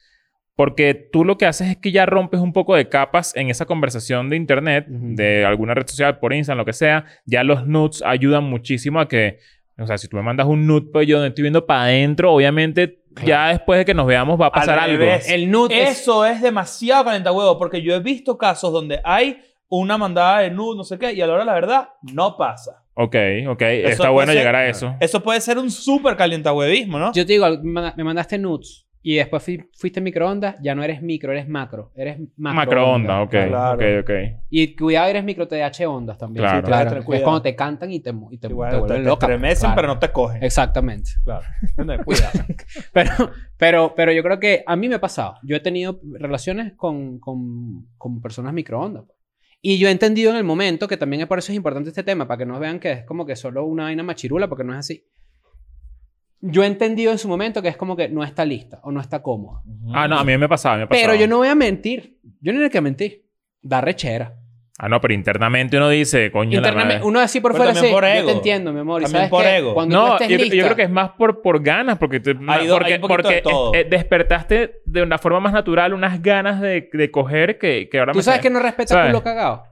Porque tú lo que haces es que ya rompes un poco de capas en esa conversación de internet,
Ujú.
de alguna red social, por Instagram, lo que sea. Ya los nudes ayudan muchísimo a que, o sea, si tú me mandas un nude, pues yo donde estoy viendo para adentro, obviamente ya después de que nos veamos va a pasar algo.
revés.
El nude es-
Eso es demasiado calentahuevo, porque yo he visto casos donde hay una mandada de nude, no sé qué, y a la hora de la verdad, no pasa.
Ok, ok.
Eso
Está
puede
bueno
ser-
llegar a eso.
Eso puede ser un súper calientahuevismo, ¿no?
Yo te digo, me manda- me mandaste nudes y después fui- fuiste microondas, ya no eres micro, eres macro. Eres macro.
Macroonda, ok.
Ah, Claro.
Ok, ok.
Y cuidado, eres micro TDH ondas también.
Claro.
Sí,
Sí,
tienes que
claro.
tener
es
cuidado.
cuando te cantan y te, mu- y te,
Igual,
te
te,
vuelven
te
loca.
estremecen,
Claro.
pero no te cogen.
Exactamente.
Claro. ¿Entiendes? Cuidado.
Pero, pero, pero yo creo que a mí me ha pasado. Yo he tenido relaciones con, con, con personas microondas. pues. Y yo he entendido en el momento que también es por eso es importante este tema, para que no vean que es como que solo una vaina machirula, porque no es así. Yo he entendido en su momento que es como que no está lista o no está cómoda.
Ah, no, a mí me pasaba, me pasaba.
Pero yo no voy a mentir. Yo no tengo que mentir. Da rechera.
Ah, no, pero internamente uno dice, coño, la
Internamente,
madre.
uno así por
Pero
fuera,
también
sí,
por
yo
ego.
te entiendo, mi amor. y
También
¿sabes
por
qué?
ego.
Cuando tú
No, yo,
estés
creo- yo
lista-
creo que es más por, por ganas, porque, te-
Hay do-
porque,
hay un poquito
porque
de todo.
es- es- despertaste de una forma más natural unas ganas de, de coger que, que ahora
¿Tú
me
sabes
sale.
que no respeta
¿Sabes?
culo cagado?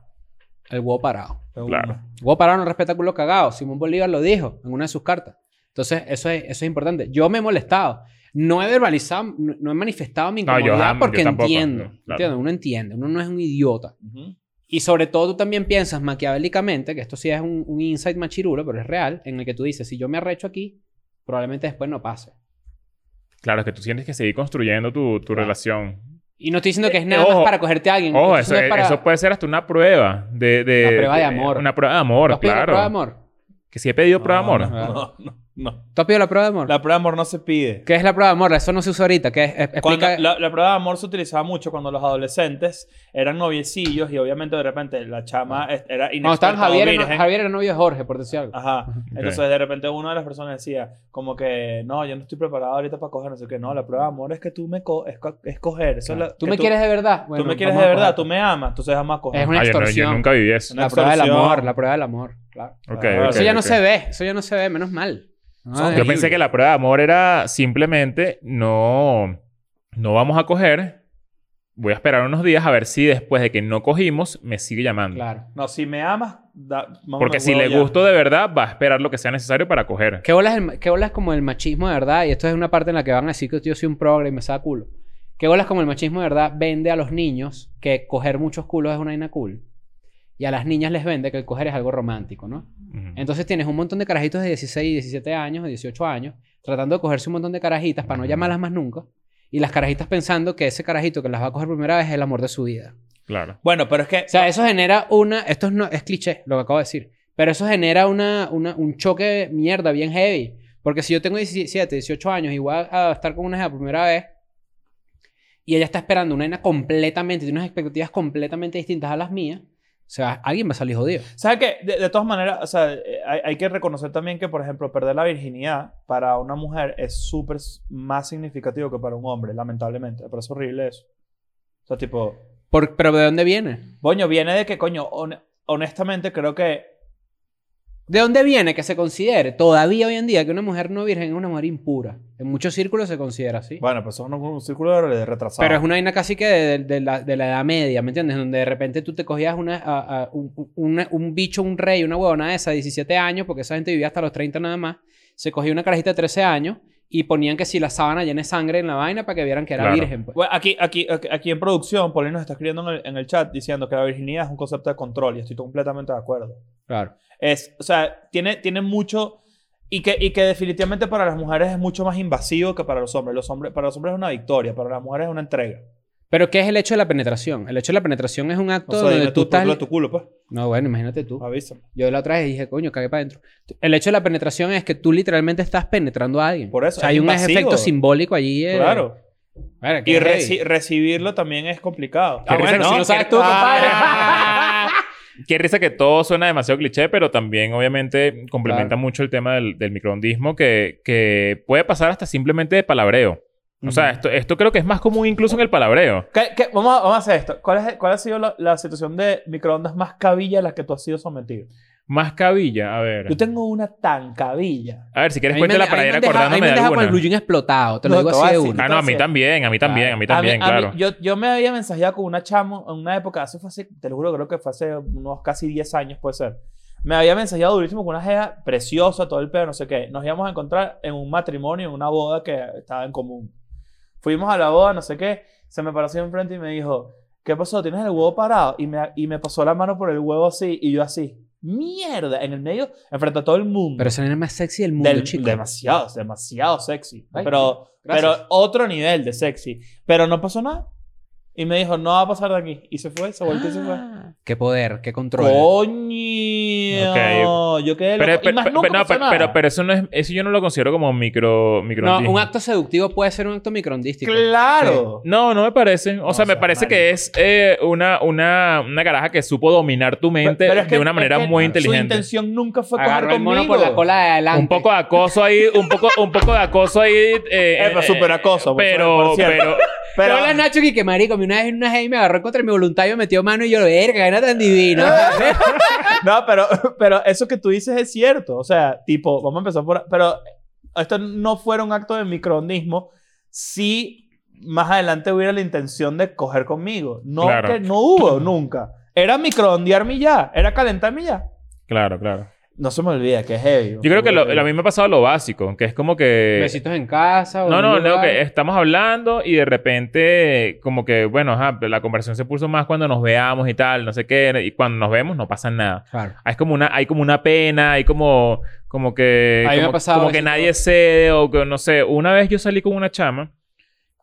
El huevo parado.
Claro.
El huevo parado no respeta culo cagado. Simón Bolívar lo dijo en una de sus cartas. Entonces, eso es, eso es importante. Yo me he molestado. No he verbalizado, no, no he manifestado mi
No, yo
incomodidad
jamás,
porque
yo tampoco,
entiendo.
no, claro.
¿entiendes? Uno entiende. Uno no es un idiota.
Ujú.
Y sobre todo tú también piensas maquiavélicamente, que esto sí es un, un insight machirulo, pero es real, en el que tú dices, si yo me arrecho aquí, probablemente después no pase.
Claro, es que tú tienes que seguir construyendo tu, tu relación.
Y no estoy diciendo que es nada
Eh, ojo.
más para cogerte a alguien.
Ojo,
Estoy
eso,
diciendo para-
eso puede ser hasta una prueba de... de
Una prueba de amor.
Una prueba de
¿Tú
amor,
has pedido
claro.
la prueba de amor?
Que si he pedido prueba de
No,
amor.
No, no, no, no.
¿Tú has pedido la prueba de amor?
La prueba de amor no se pide.
¿Qué es la prueba de amor? Eso no se usa ahorita. ¿Qué es? E-
Cuando-
Explica...
la, la prueba de amor se utilizaba mucho cuando los adolescentes eran noviecillos y obviamente de repente la chama es- era
No,
inexperta
Ah. estaban Javier,
o
era-
virgen.
Javier era novio de Jorge, por decir algo.
Ajá. Entonces de repente una de las personas decía como que no, yo no estoy preparado ahorita para coger, no sé qué. No, la prueba de amor es que tú me co- es, co- es coger. Eso es la-
¿Tú
que
me quieres de verdad?
Tú
Bueno,
me quieres de
vamos a
verdad,
coger.
tú me amas, entonces vamos a coger.
Es una
Ah, yo, no- yo
extorsión.
nunca viví eso.
Una
La prueba del
extorsión.
amor, la prueba del amor. Claro.
Ok,
Claro.
ok,
Eso ya no
ok.
se ve, eso ya no se ve, menos mal.
Son
Ay.
Yo pensé que la prueba de amor era simplemente no, no vamos a coger. Voy a esperar unos días a ver si después de que no cogimos me sigue llamando.
Claro.
No, si me amas, da, vamos
Porque
al
si
huevo
le
ya.
gusto de verdad, va a esperar lo que sea necesario para coger.
¿Qué bola, es el ma- qué bola es como el machismo de verdad? Y esto es una parte en la que van a decir que yo soy un progre y me saca culo. ¿Qué bola es como el machismo de verdad vende a los niños que coger muchos culos es una vaina cool? Y a las niñas les vende que el coger es algo romántico, ¿no?
Ujú.
Entonces tienes un montón de carajitos de 16, 17 años, de 18 años, tratando de cogerse un montón de carajitas para no llamarlas más nunca. Y las carajitas pensando que ese carajito que las va a coger primera vez es el amor de su vida.
Claro.
Bueno, pero es que
O sea, eso genera una... Esto es, no, es cliché, lo que acabo de decir. Pero eso genera una, una- un choque de mierda bien heavy. Porque si yo tengo 17, 18 años y voy a, a estar con una la primera vez y ella está esperando una nena completamente, tiene unas expectativas completamente distintas a las mías, o sea, alguien va a salir jodido.
¿Sabes qué? De, de todas maneras, o sea, eh, hay, hay que reconocer también que, por ejemplo, perder la virginidad para una mujer es súper s- más significativo que para un hombre, lamentablemente. Pero es horrible eso. O sea, tipo,
Por- pero ¿de dónde viene?
Boño, viene de que, coño, hon- honestamente creo que
¿De dónde viene que se considere todavía hoy en día que una mujer no virgen es una mujer impura? En muchos círculos se considera así.
Bueno, pues son un, un círculo de retrasados.
Pero es una vaina casi que de, de- de la, de la edad media, ¿me entiendes? Donde de repente tú te cogías una, a- a- un, un- una- un bicho, un rey, una huevona de esa, 17 años, porque esa gente vivía hasta los 30 nada más, se cogía una carajita de 13 años y ponían que si la sábana llena de sangre en la vaina para que vieran que era
Claro.
virgen. pues.
Bueno, aquí, aquí, aquí- aquí en producción, Paulino nos está escribiendo en el, en el chat diciendo que la virginidad es un concepto de control y estoy completamente de acuerdo.
Claro.
Es, o sea, tiene, tiene mucho... Y que, y que definitivamente para las mujeres es mucho más invasivo que para los hombres. Los hombres. Para los hombres es una victoria, para las mujeres es una entrega.
Pero ¿qué es el hecho de la penetración? El hecho de la penetración es un
O
acto
sea,
donde
dime tú,
tú estás...
por tu culo, pues.
No, bueno, imagínate tú.
Avísame.
Yo la otra vez dije, coño, cagué para adentro. El hecho de la penetración es que tú literalmente estás penetrando a alguien.
Por eso,
O sea,
es
hay un
invasivo.
efecto simbólico allí. eh.
Claro.
Verga, qué
Y
heavy.
reci- recibirlo también es complicado.
Ah, bueno, si no sabes tú, compadre.
Qué risa que todo suena demasiado cliché, pero también obviamente complementa
Claro.
mucho el tema del, del microondismo que, que puede pasar hasta simplemente de palabreo. O sea,
Ujú.
esto, esto creo que es más común incluso en el palabreo.
¿Qué- qué- Vamos, a, vamos a hacer esto. ¿Cuál, es, cuál ha sido la, la situación de microondas más cabilla a la que tú has sido sometido?
Más cabilla, a ver.
Yo tengo una tan cabilla.
A ver, si quieres
Ahí me-
cuéntala para
ahí
ir
me han dejado-
acordándome
ahí me han
de
dejado con el
alguna.
gluyín explotado, te lo
No,
digo
te
así
voy a
de
decir.
una.
Ah, no, a mí
Entonces-
también, a mí también, a mí
A mí-
también,
a mí-
claro.
yo, yo me había mensajado con una chamo en una época, eso fue hace, te lo juro, creo que fue hace unos casi 10 años, puede ser. Me había mensajado durísimo con una jeva preciosa, todo el pedo, no sé qué. Nos íbamos a encontrar en un matrimonio, en una boda que estaba en común. Fuimos a la boda, no sé qué. Se me paró así enfrente y me dijo, ¿qué pasó? ¿Tienes el huevo parado? Y me, y me pasó la mano por el huevo así, y yo así, ¡mierda! En el medio, enfrente a todo el mundo.
Pero esa nena es más sexy del mundo,
Del-
chico.
Demasiado, demasiado sexy.
Ay,
pero,
gracias.
pero otro nivel de sexy. Pero no pasó nada. Y me dijo, no va a pasar de aquí. Y se fue, se volteó y se fue.
Ah, Qué poder, qué control.
Coño. Yo quedé loco.
Pero,
y
pero-
más
pero-
nunca
no,
pasó
pero-
nada.
pero- pero eso no es, eso yo no lo considero como micro,
No,
microondismo.
un acto seductivo puede ser un acto microndístico.
claro.
No, no me parece. O
No,
sea,
o
me
sea,
parece
marico.
que es eh, una, una, una caraja que supo dominar tu
Pe-
mente
pero es que-
de una
es
manera
que
muy
Su
inteligente.
intención nunca fue coger
Agarró el
conmigo.
mono por la cola de adelante.
Un poco de acoso ahí, un poco, un poco de acoso ahí. Eh,
Eh, pero
eh,
súper acoso, por
Pero,
cierto.
pero,
Pero
Pero,
hola Nacho que que marico, me una vez una hey me agarró contra mi voluntad y me metió mano y yo, verga, era tan divino.
no, pero, pero eso que tú dices es cierto. O sea, tipo, vamos a empezar por. Pero esto no fuera un acto de microondismo si más adelante hubiera la intención de coger conmigo. No,
Claro.
que no hubo nunca. Era microondearme y ya. Era calentarme y ya.
claro, claro.
No se me olvida que es heavy.
Yo creo que lo, a mí me ha pasado lo básico, que es como que.
Besitos en casa. o
No,
en
no,
un
no,
lugar.
que estamos hablando y de repente, como que, bueno, ajá, la conversación se puso más cuando nos veamos y tal, no sé qué, y cuando nos vemos no pasa nada.
Claro.
Hay como una, hay como una pena, hay como, como que,
A mí me ha
como,
pasado
como que
eso.
nadie cede o que no sé. Una vez yo salí con una chama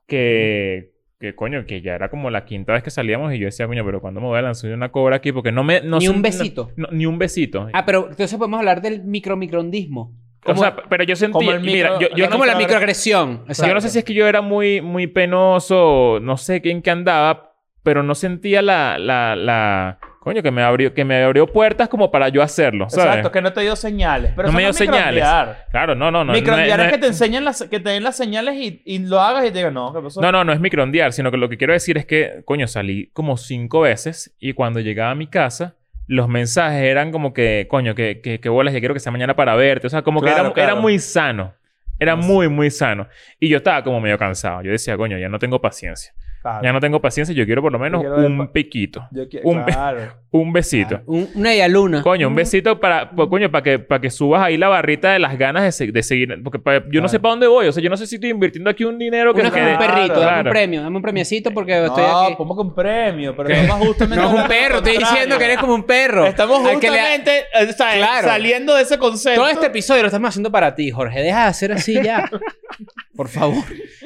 que, que coño, que ya era como la quinta vez que salíamos y yo decía, coño, pero cuando me voy a lanzar una cobra aquí porque no me, no
Ni
sé-
un
no-
besito.
no- ni un besito.
Ah, pero entonces podemos hablar del micromicrondismo.
o sea, pero yo sentí,
como el
mira,
micro-
yo, yo
es
no-
como la microagresión.
Yo no sé si es que yo era muy, muy penoso, no sé en qué andaba, pero no sentía la, la, la- coño, que me abrió, que me abrió puertas como para yo hacerlo, ¿sabes?
Exacto, que no te dio señales. Pero
No
eso
me dio
es
señales.
microondear.
Claro, no, no, no.
microondear
no,
es
es-
que te enseñen las, que te den las señales y, y lo hagas y te digan, no, ¿qué pasó?
no, no, no es microondear, sino que lo que quiero decir es que, coño, salí como cinco veces y cuando llegaba a mi casa, los mensajes eran como que, coño, que, que, que bolas, ya quiero que sea mañana para verte. O sea, como que
Claro,
era,
claro. Pues
era muy sano. Era
No sé.
muy, muy sano. Y yo estaba como medio cansado. Yo decía, coño, ya no tengo paciencia.
Claro.
Ya no tengo paciencia. Yo quiero por lo menos
quiero ver
un
pa- Ah.
piquito.
Yo qui-
Un-
claro.
Un besito.
Un- una idea luna.
Coño, un besito para, po- coño, para que, para que subas ahí la barrita de las ganas de, se- de seguir. Porque pa- yo no sé para dónde voy. O sea, yo no sé si estoy invirtiendo aquí un dinero que
Una como
que-
un perrito, dame
Claro.
un premio, dame un premiecito porque estoy
No,
aquí.
como que un premio, pero estamos justamente.
No es un
hablando del
perro, estoy
contrario.
diciendo que eres como un perro.
Estamos
Al que le-
justamente eh, sa-
Claro.
saliendo de ese concepto.
Todo este episodio lo estamos haciendo para ti, Jorge. Deja de hacer así ya. Por favor.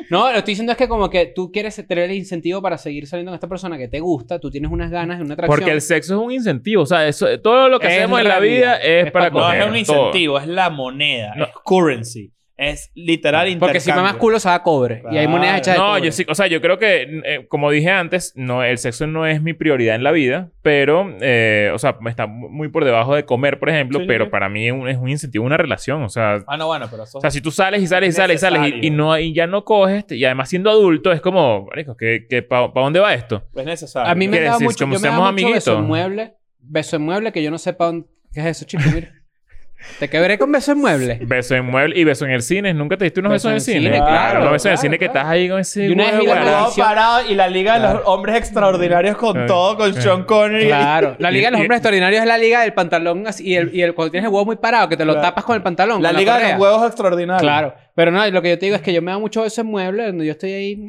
No, lo estoy diciendo es que como que tú quieres tener el incentivo para seguir saliendo con esta persona que te gusta, tú tienes unas ganas de una atracción.
Porque el sexo es un incentivo. O sea, eso, todo lo que
Es
hacemos en la vida
realidad.
es,
Es
para
pa'
no
coger.
es un
Todo.
incentivo, es la moneda,
No.
es currency. Es literal intercambio.
Porque si mamás culo se da cobre. Y hay monedas
Claro.
hechas de
No,
cobre.
yo sí, o sea, yo creo que, eh, como dije antes, no, el sexo no es mi prioridad en la vida, pero, eh, o sea, me está mu- muy por debajo de comer, por ejemplo,
Sí, sí,
pero
sí.
para mí es un, es un incentivo, una relación, o sea,
Ah, no, bueno, pero eso...
o sea, si tú sales y sales y sales y sales y- y,
Necesario.
no, y ya no coges, te- y además siendo adulto, es como, marico, ¿qué, qué, ¿para dónde va esto?
es necesario.
A mí me
¿Qué
da
decís?
mucho, yo
Como
me daba
seamos
mucho beso en
amiguitos.
mueble. Beso en mueble que yo no sepa dónde... ¿Qué es eso, chico? Mira. Te quebré con beso en mueble.
Beso en mueble y beso en el cine. ¿Nunca te diste unos
Beso
besos en el cine?
claro,
Unos besos en el
claro,
cine que
claro.
estás ahí con ese...
Y una vez vi la
huevo,
película-
¿verdad?
Todo parado y la liga de los hombres extraordinarios con
Claro.
todo, con
Claro.
Sean Connery.
Claro. La Liga de los
Y-
Hombres Extraordinarios es la liga del pantalón así, y el, y el cuando tienes el huevo muy parado, que te lo
Claro.
tapas con el pantalón.
La
con
liga de
correa.
los huevos extraordinarios.
Claro. Pero no, lo que yo te digo es que yo me da mucho beso en mueble, donde yo estoy ahí...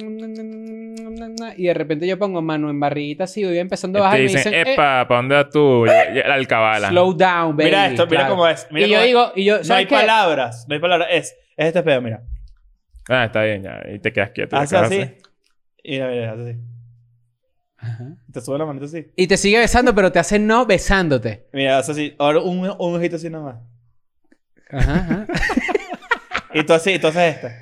Y de repente yo pongo mano en barriguita así, y voy empezando
Este
a
Te
bajar y me
dicen,
dicen... eh,
epa, ¿para dónde vas tú? Ya- ya- Al cabala.
slow down, baby.
Mira esto, mira
Claro.
cómo es. Mira
y yo
cómo es.
digo... Y yo,
No hay
¿sabes qué?
palabras. No hay palabras. Es, es este pedo, mira.
Ah, está bien, ya. Y te quedas quieto.
Hace
ya acabas
así. Y mira, mira, hace así.
Ajá.
Te sube la manita así.
Y te sigue besando, pero te hace no besándote.
Mira, hace así. Ahora un, un ojito así nada más.
Ajá, ajá.
Y tú así, y tú haces esta.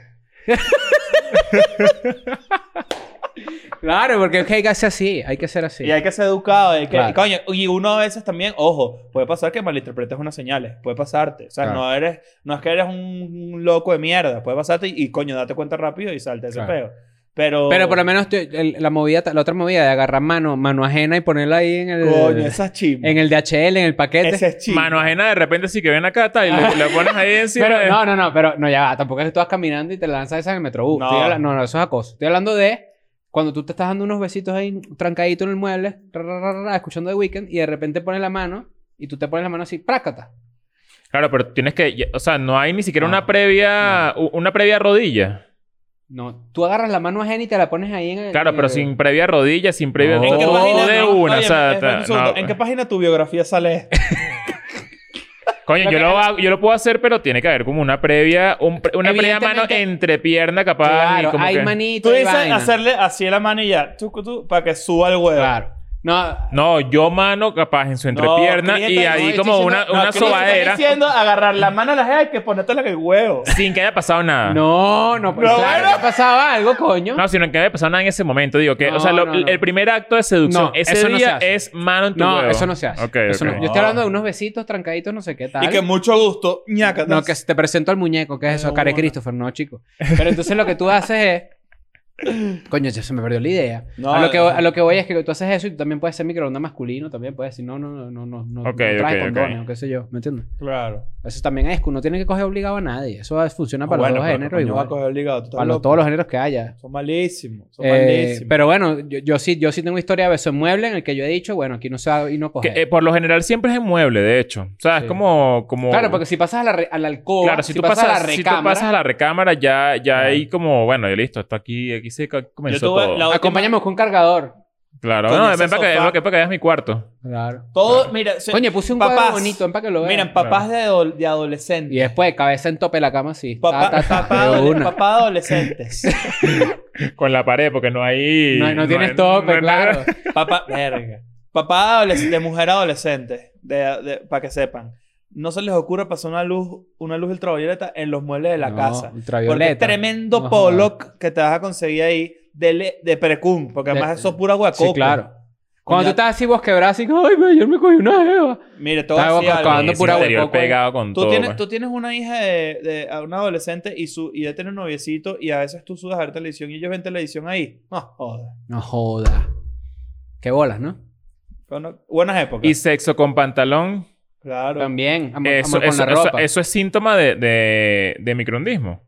Claro, porque es que hay que hacer así, hay que hacer así.
Y hay que ser educado. Hay que,
Claro.
y coño, y uno a veces también, ojo, puede pasar que malinterpretes unas señales. Puede pasarte. O sea,
Claro.
no eres, no es que eres un, un loco de mierda. Puede pasarte y, y, coño, date cuenta rápido y salte ese
Claro.
peo. Pero.
Pero por lo menos te- el- la movida, la otra movida de agarrar mano, mano ajena y ponerla ahí en el,
Coño, esa es chimba.
en el DHL, en el paquete.
Ese es chimba.
Mano ajena, de repente sí que ven acá, tal, y le, le pones ahí encima.
Pero
de-
no, no, no, pero no, ya va. Tampoco es que tú vas caminando y te lanzas esa en el metrobús.
No.
Estoy habla- No. no, eso es acoso. Estoy hablando de cuando tú te estás dando unos besitos ahí trancadito en el mueble, ra, ra, ra, ra, escuchando The Weeknd y de repente pones la mano y tú te pones la mano así, prácata.
Claro, pero tienes que. ya- O sea, no hay ni siquiera
No,
una previa. u- Una previa rodilla.
No, tú agarras la mano ajena y te la pones ahí en el.
Claro,
en
pero
el-
sin previa rodilla, sin previa.
No.
¿En qué
todo
página?
de
no?
una,
Oye,
o sea,
espérame un
ta-
segundo.
no.
¿En qué página tu biografía sale esto?
Coño, yo lo, hago- yo lo puedo hacer, pero tiene que haber como una previa. un pre- una previa mano
Evidentemente-
entre pierna, capaz. y
Claro,
como
hay
que-
manito.
Tú
hay
dices
vaina.
hacerle así a la mano y ya, tú, tú, para que suba el huevo.
Claro. No,
No, yo mano capaz en su
No,
entrepierna
Cristo,
y
no,
ahí
estoy
como
diciendo-
una,
No,
una
que no
sobadera
Estoy diciendo agarrar la mano a la jeva y que ponértela en el huevo.
sin que haya pasado nada.
no, no, pues,
No,
claro,
bueno.
no pasaba algo, coño.
No, sino que me pasado nada en ese momento. Digo que,
No,
o sea, lo-
no, no.
el primer acto de seducción
No,
ese
eso no se
día
hace.
es mano en tu
No,
huevo.
eso no se hace.
Ok,
Eso no-
ok.
Yo estoy hablando de unos besitos trancaditos, no sé qué tal.
Ah. Y que mucho gusto, ñaca.
No, que te presento al muñeco, que es eso,
No,
Care
bueno.
Christopher, no, chico. Pero entonces lo que tú haces es. Coño, ya se me perdió la idea.
No,
a, lo que,
no.
a lo que voy es que tú haces eso y tú también puedes ser microondas masculino, también puedes decir, no, no, no, no, no, no,
Ok,
no traje
ok, ok.
condones, o qué sé yo, ¿me entiendes?
Claro.
Eso también es, que uno tiene que coger obligado a nadie. Eso
No,
funciona Ah, para
Ah, bueno,
los dos
pero
géneros
coño, va
igual.
a coger obligado, tú estás
Para los-
loco.
todos los géneros que haya.
Son malísimos, son
Eh,
malísimos.
pero bueno, yo, yo sí, yo sí tengo historia de beso en mueble en el que yo he dicho, bueno, aquí no se va y no
Que,
coger.
eh, por lo general siempre es en mueble, de hecho. O sea,
Sí.
es como, como...
claro, porque si pasas a la, re- a la alcoba,
Claro, si, tú pasas,
a la
si tú
recámara,
pasas a la recámara, ya, ya
Claro.
ahí como, bueno, ya listo, esto aquí, aquí se ca- comenzó
tuve
todo.
la-
acompáñame con un cargador.
Claro,
Coño,
no,
ese
ven para que,
sofá.
ven pa' que- pa' que veas mi cuarto.
Claro.
Todo, mira, se-
Coño, puse un
papás.
cuadro bonito, ven para que lo vean.
Miren, papás de, adol- de
Y
adolescentes.
después, cabeza en tope de la cama, sí.
Papá,
Ta, ta, ta,
papá,
de
adole-
una.
papá adolescentes.
Con la pared, porque no hay...
No, no tienes
hay-
tope,
no hay nada.
claro.
Papá, verga. Papá adolesc- de mujer adolescente, de, para que sepan. No se les ocurra pasar una luz, una luz ultravioleta en los muebles de la
No,
casa. Porque
Ultravioleta.
es tremendo
No
Pollock que te vas a conseguir ahí de, le- de precum, porque
De-
además eso es pura guacoco.
Sí, claro. Cuando tú
Ya-
estás así bosquebrado, así, ay, me- ayer me cogí una jeva.
Mire, todo
Está
así
guacoco,
algo.
ando
Sí,
pura
interior
huecoco, eh.
pegado con
Tú
todo.
tienes,
pues.
tú tienes una hija de, de- a un adolescente y su y ella tiene un noviecito y a veces tú sudas a ver televisión y ellos ven televisión ahí. No, joder.
No joda. Qué bolas, ¿no?
Bueno, buenas épocas.
Y sexo con pantalón,
claro.
También, amor,
eso,
amor con
eso-
la
eso-
ropa.
eso es síntoma de, de, de microondismo.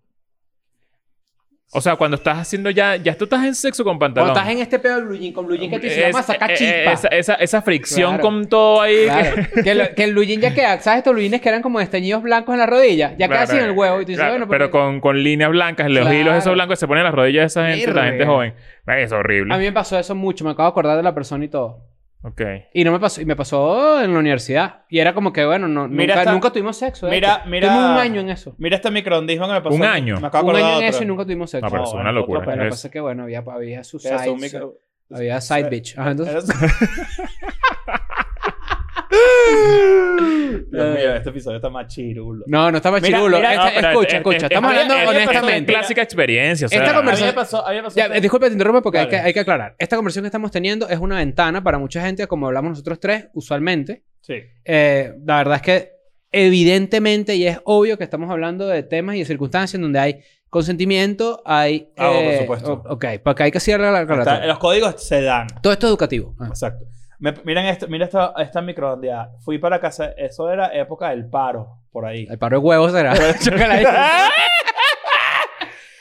O sea, cuando estás haciendo ya, ya tú estás en sexo con pantalón.
Cuando estás en este pedo de blue jean, con blue jean que tú dices,
Es-
vamos a sacar
eh,
chispa.
Esa, esa, esa fricción
Claro.
con todo ahí.
Claro. que, lo- que el blue jean ya queda, ¿sabes? Estos blue jeans que eran como desteñidos blancos en la rodilla. Ya queda
Claro, eh,
así en el huevo. Y tú dices,
claro,
bueno,
pero
porque-
con, con líneas blancas, los
Claro.
hilos esos blancos que se ponen en las rodillas de esa gente, la
Verga.
gente joven. Ay, Es
A
horrible.
mí me pasó eso mucho. Me acabo de acordar de la persona y todo.
Ok.
Y no me pasó, y me pasó en la universidad. Y era como que, bueno, no,
Mira
nunca,
esta-
nunca tuvimos sexo. de
mira-
hecho.
mira-
Tuvimos un año en eso.
Mira este microondismo que me pasó.
Un año.
Me acabo
Un
de acordar
año en
de
eso
otro.
y nunca tuvimos sexo.
No, pero
No,
eso es
bueno,
una locura.
otro
Pero
Es-
pasa que, bueno, había, había su
Eso,
side,
un micro-
había Ah, side bitch. Ajá, entonces,
Eso- Dios mío, este episodio está más chirulo.
No, no estaba
Mira,
chirulo.
mira,
Esta-
No, pero este
escucha,
es-
escucha.
es-
estamos
es-
hablando
es- es- es
honestamente.
clásica experiencia. o sea,
Esta
A mí
conversación-
me pasó, a mí me pasó
Ya, eh, disculpa, te interrumpo porque hay
Dale.
que, hay que aclarar. Esta conversación que estamos teniendo es una ventana para mucha gente, como hablamos nosotros tres, usualmente.
Sí.
Eh, la verdad es que evidentemente y es obvio que estamos hablando de temas y de circunstancias en donde hay consentimiento, hay...
Ah, bueno, por
eh,
supuesto.
o- ok, porque hay que cierrar la
Está-
aclaratoria.
los códigos se dan.
Todo esto es educativo. Ah.
Exacto. Me- miren esto, mira esta, esta microondeada. Fui para casa, eso era época del paro, por ahí.
El paro de huevos será. Chócala ahí.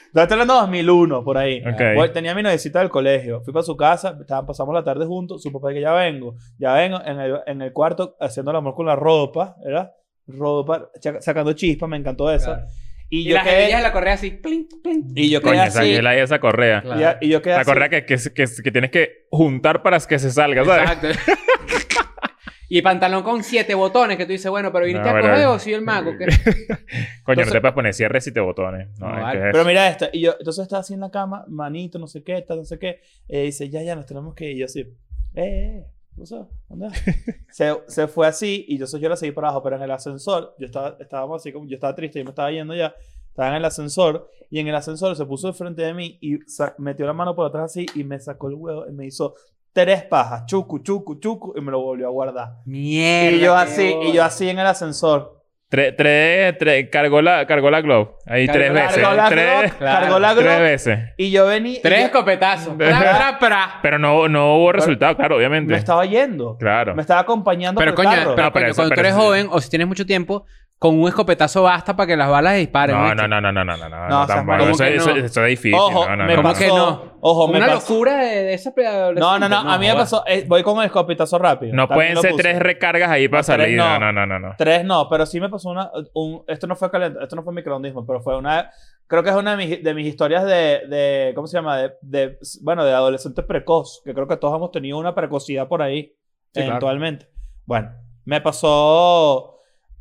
Estaba hablando de 2001, por ahí.
Ok.
Voy- tenía a mi noviecita del colegio. Fui para su casa, estaban- pasamos la tarde juntos. Su papá que ya vengo. Ya vengo en el, en el cuarto haciendo el amor con la ropa, ¿verdad? Ropa, chaca- sacando chispas, me encantó eso.
Claro.
Y,
Y
yo
las
quedé,
jeringuillas de la correa así. clink, clink.
y yo quedé
Coño, esa,
así.
la- esa correa.
Claro.
y- Y yo quedé
La
así.
correa que, que, que- que tienes que juntar para que se salga, ¿sabes?
Exacto. y pantalón con siete botones que tú dices, bueno, pero viniste
No,
a
pero-
coger o soy el mago. ¿Qué?
Coño,
Entonces-
no te puedes poner cierres y te botones. No,
No,
es que
vale.
es-
Pero mira esta. Y yo, entonces estaba así en la cama, manito, no sé qué, tal, no sé qué. Eh, dice, ya, ya, nos tenemos que ir. Y yo así, eh, eh, ¿qué pasó? ¿Dónde vas?". se, se fue así y yo, so- yo la seguí para abajo, pero en el ascensor, yo estaba, estábamos así como, yo estaba triste, yo me estaba yendo ya. Estaba en el ascensor y en el ascensor se puso de frente de mí y sa- metió la mano por atrás así y me sacó el huevo y me hizo tres pajas, chucu, chucu, chucu, y me lo volvió a guardar.
Mierda.
Y yo
qué
así, y yo
bola.
así en el ascensor.
Tres, tres, tres- cargó la, cargó la glove. Ahí
Cargó
tres
la-
veces.
Cargó la
tres,
Glock, cargó la
tres
Glock,
veces.
y yo vení. y
Tres
yo-
escopetazos. Pra, pra, pra.
Pero no, no hubo resultado, claro, obviamente.
me estaba yendo.
Claro.
Me estaba acompañando
Pero
por
coño,
el carro.
pero
No, pero
coño,
eso-
cuando tú
pero
eres
eso-
joven o si tienes mucho tiempo, con un escopetazo basta para que las balas se disparen.
No,
¿oíste?
no, no, no, no, no, no, no,
No, o sea,
tampoco.
¿cómo
Eso,
que
eso-
no?
eso es difícil.
Ojo,
no, no,
me
no.
¿Cómo
pasó.
que no?
Ojo, me
Una
pasó.
locura de, de esas preadolescentes.
No, no, no, a mí me
joda.
pasó. eh, voy con el escopetazo rápido.
No
También
pueden
lo
ser
puse.
tres recargas ahí para
No, tres
salir. No,
no.
no, no, no. no.
Tres no, pero sí me pasó una. Un, esto no fue calent, esto no fue microondismo, pero fue una. Creo que es una de mis, de mis historias de, de. ¿Cómo se llama? De, de- Bueno, de adolescente precoz. Que creo que todos hemos tenido una precocidad por ahí.
claro.
eventualmente. Bueno, me pasó.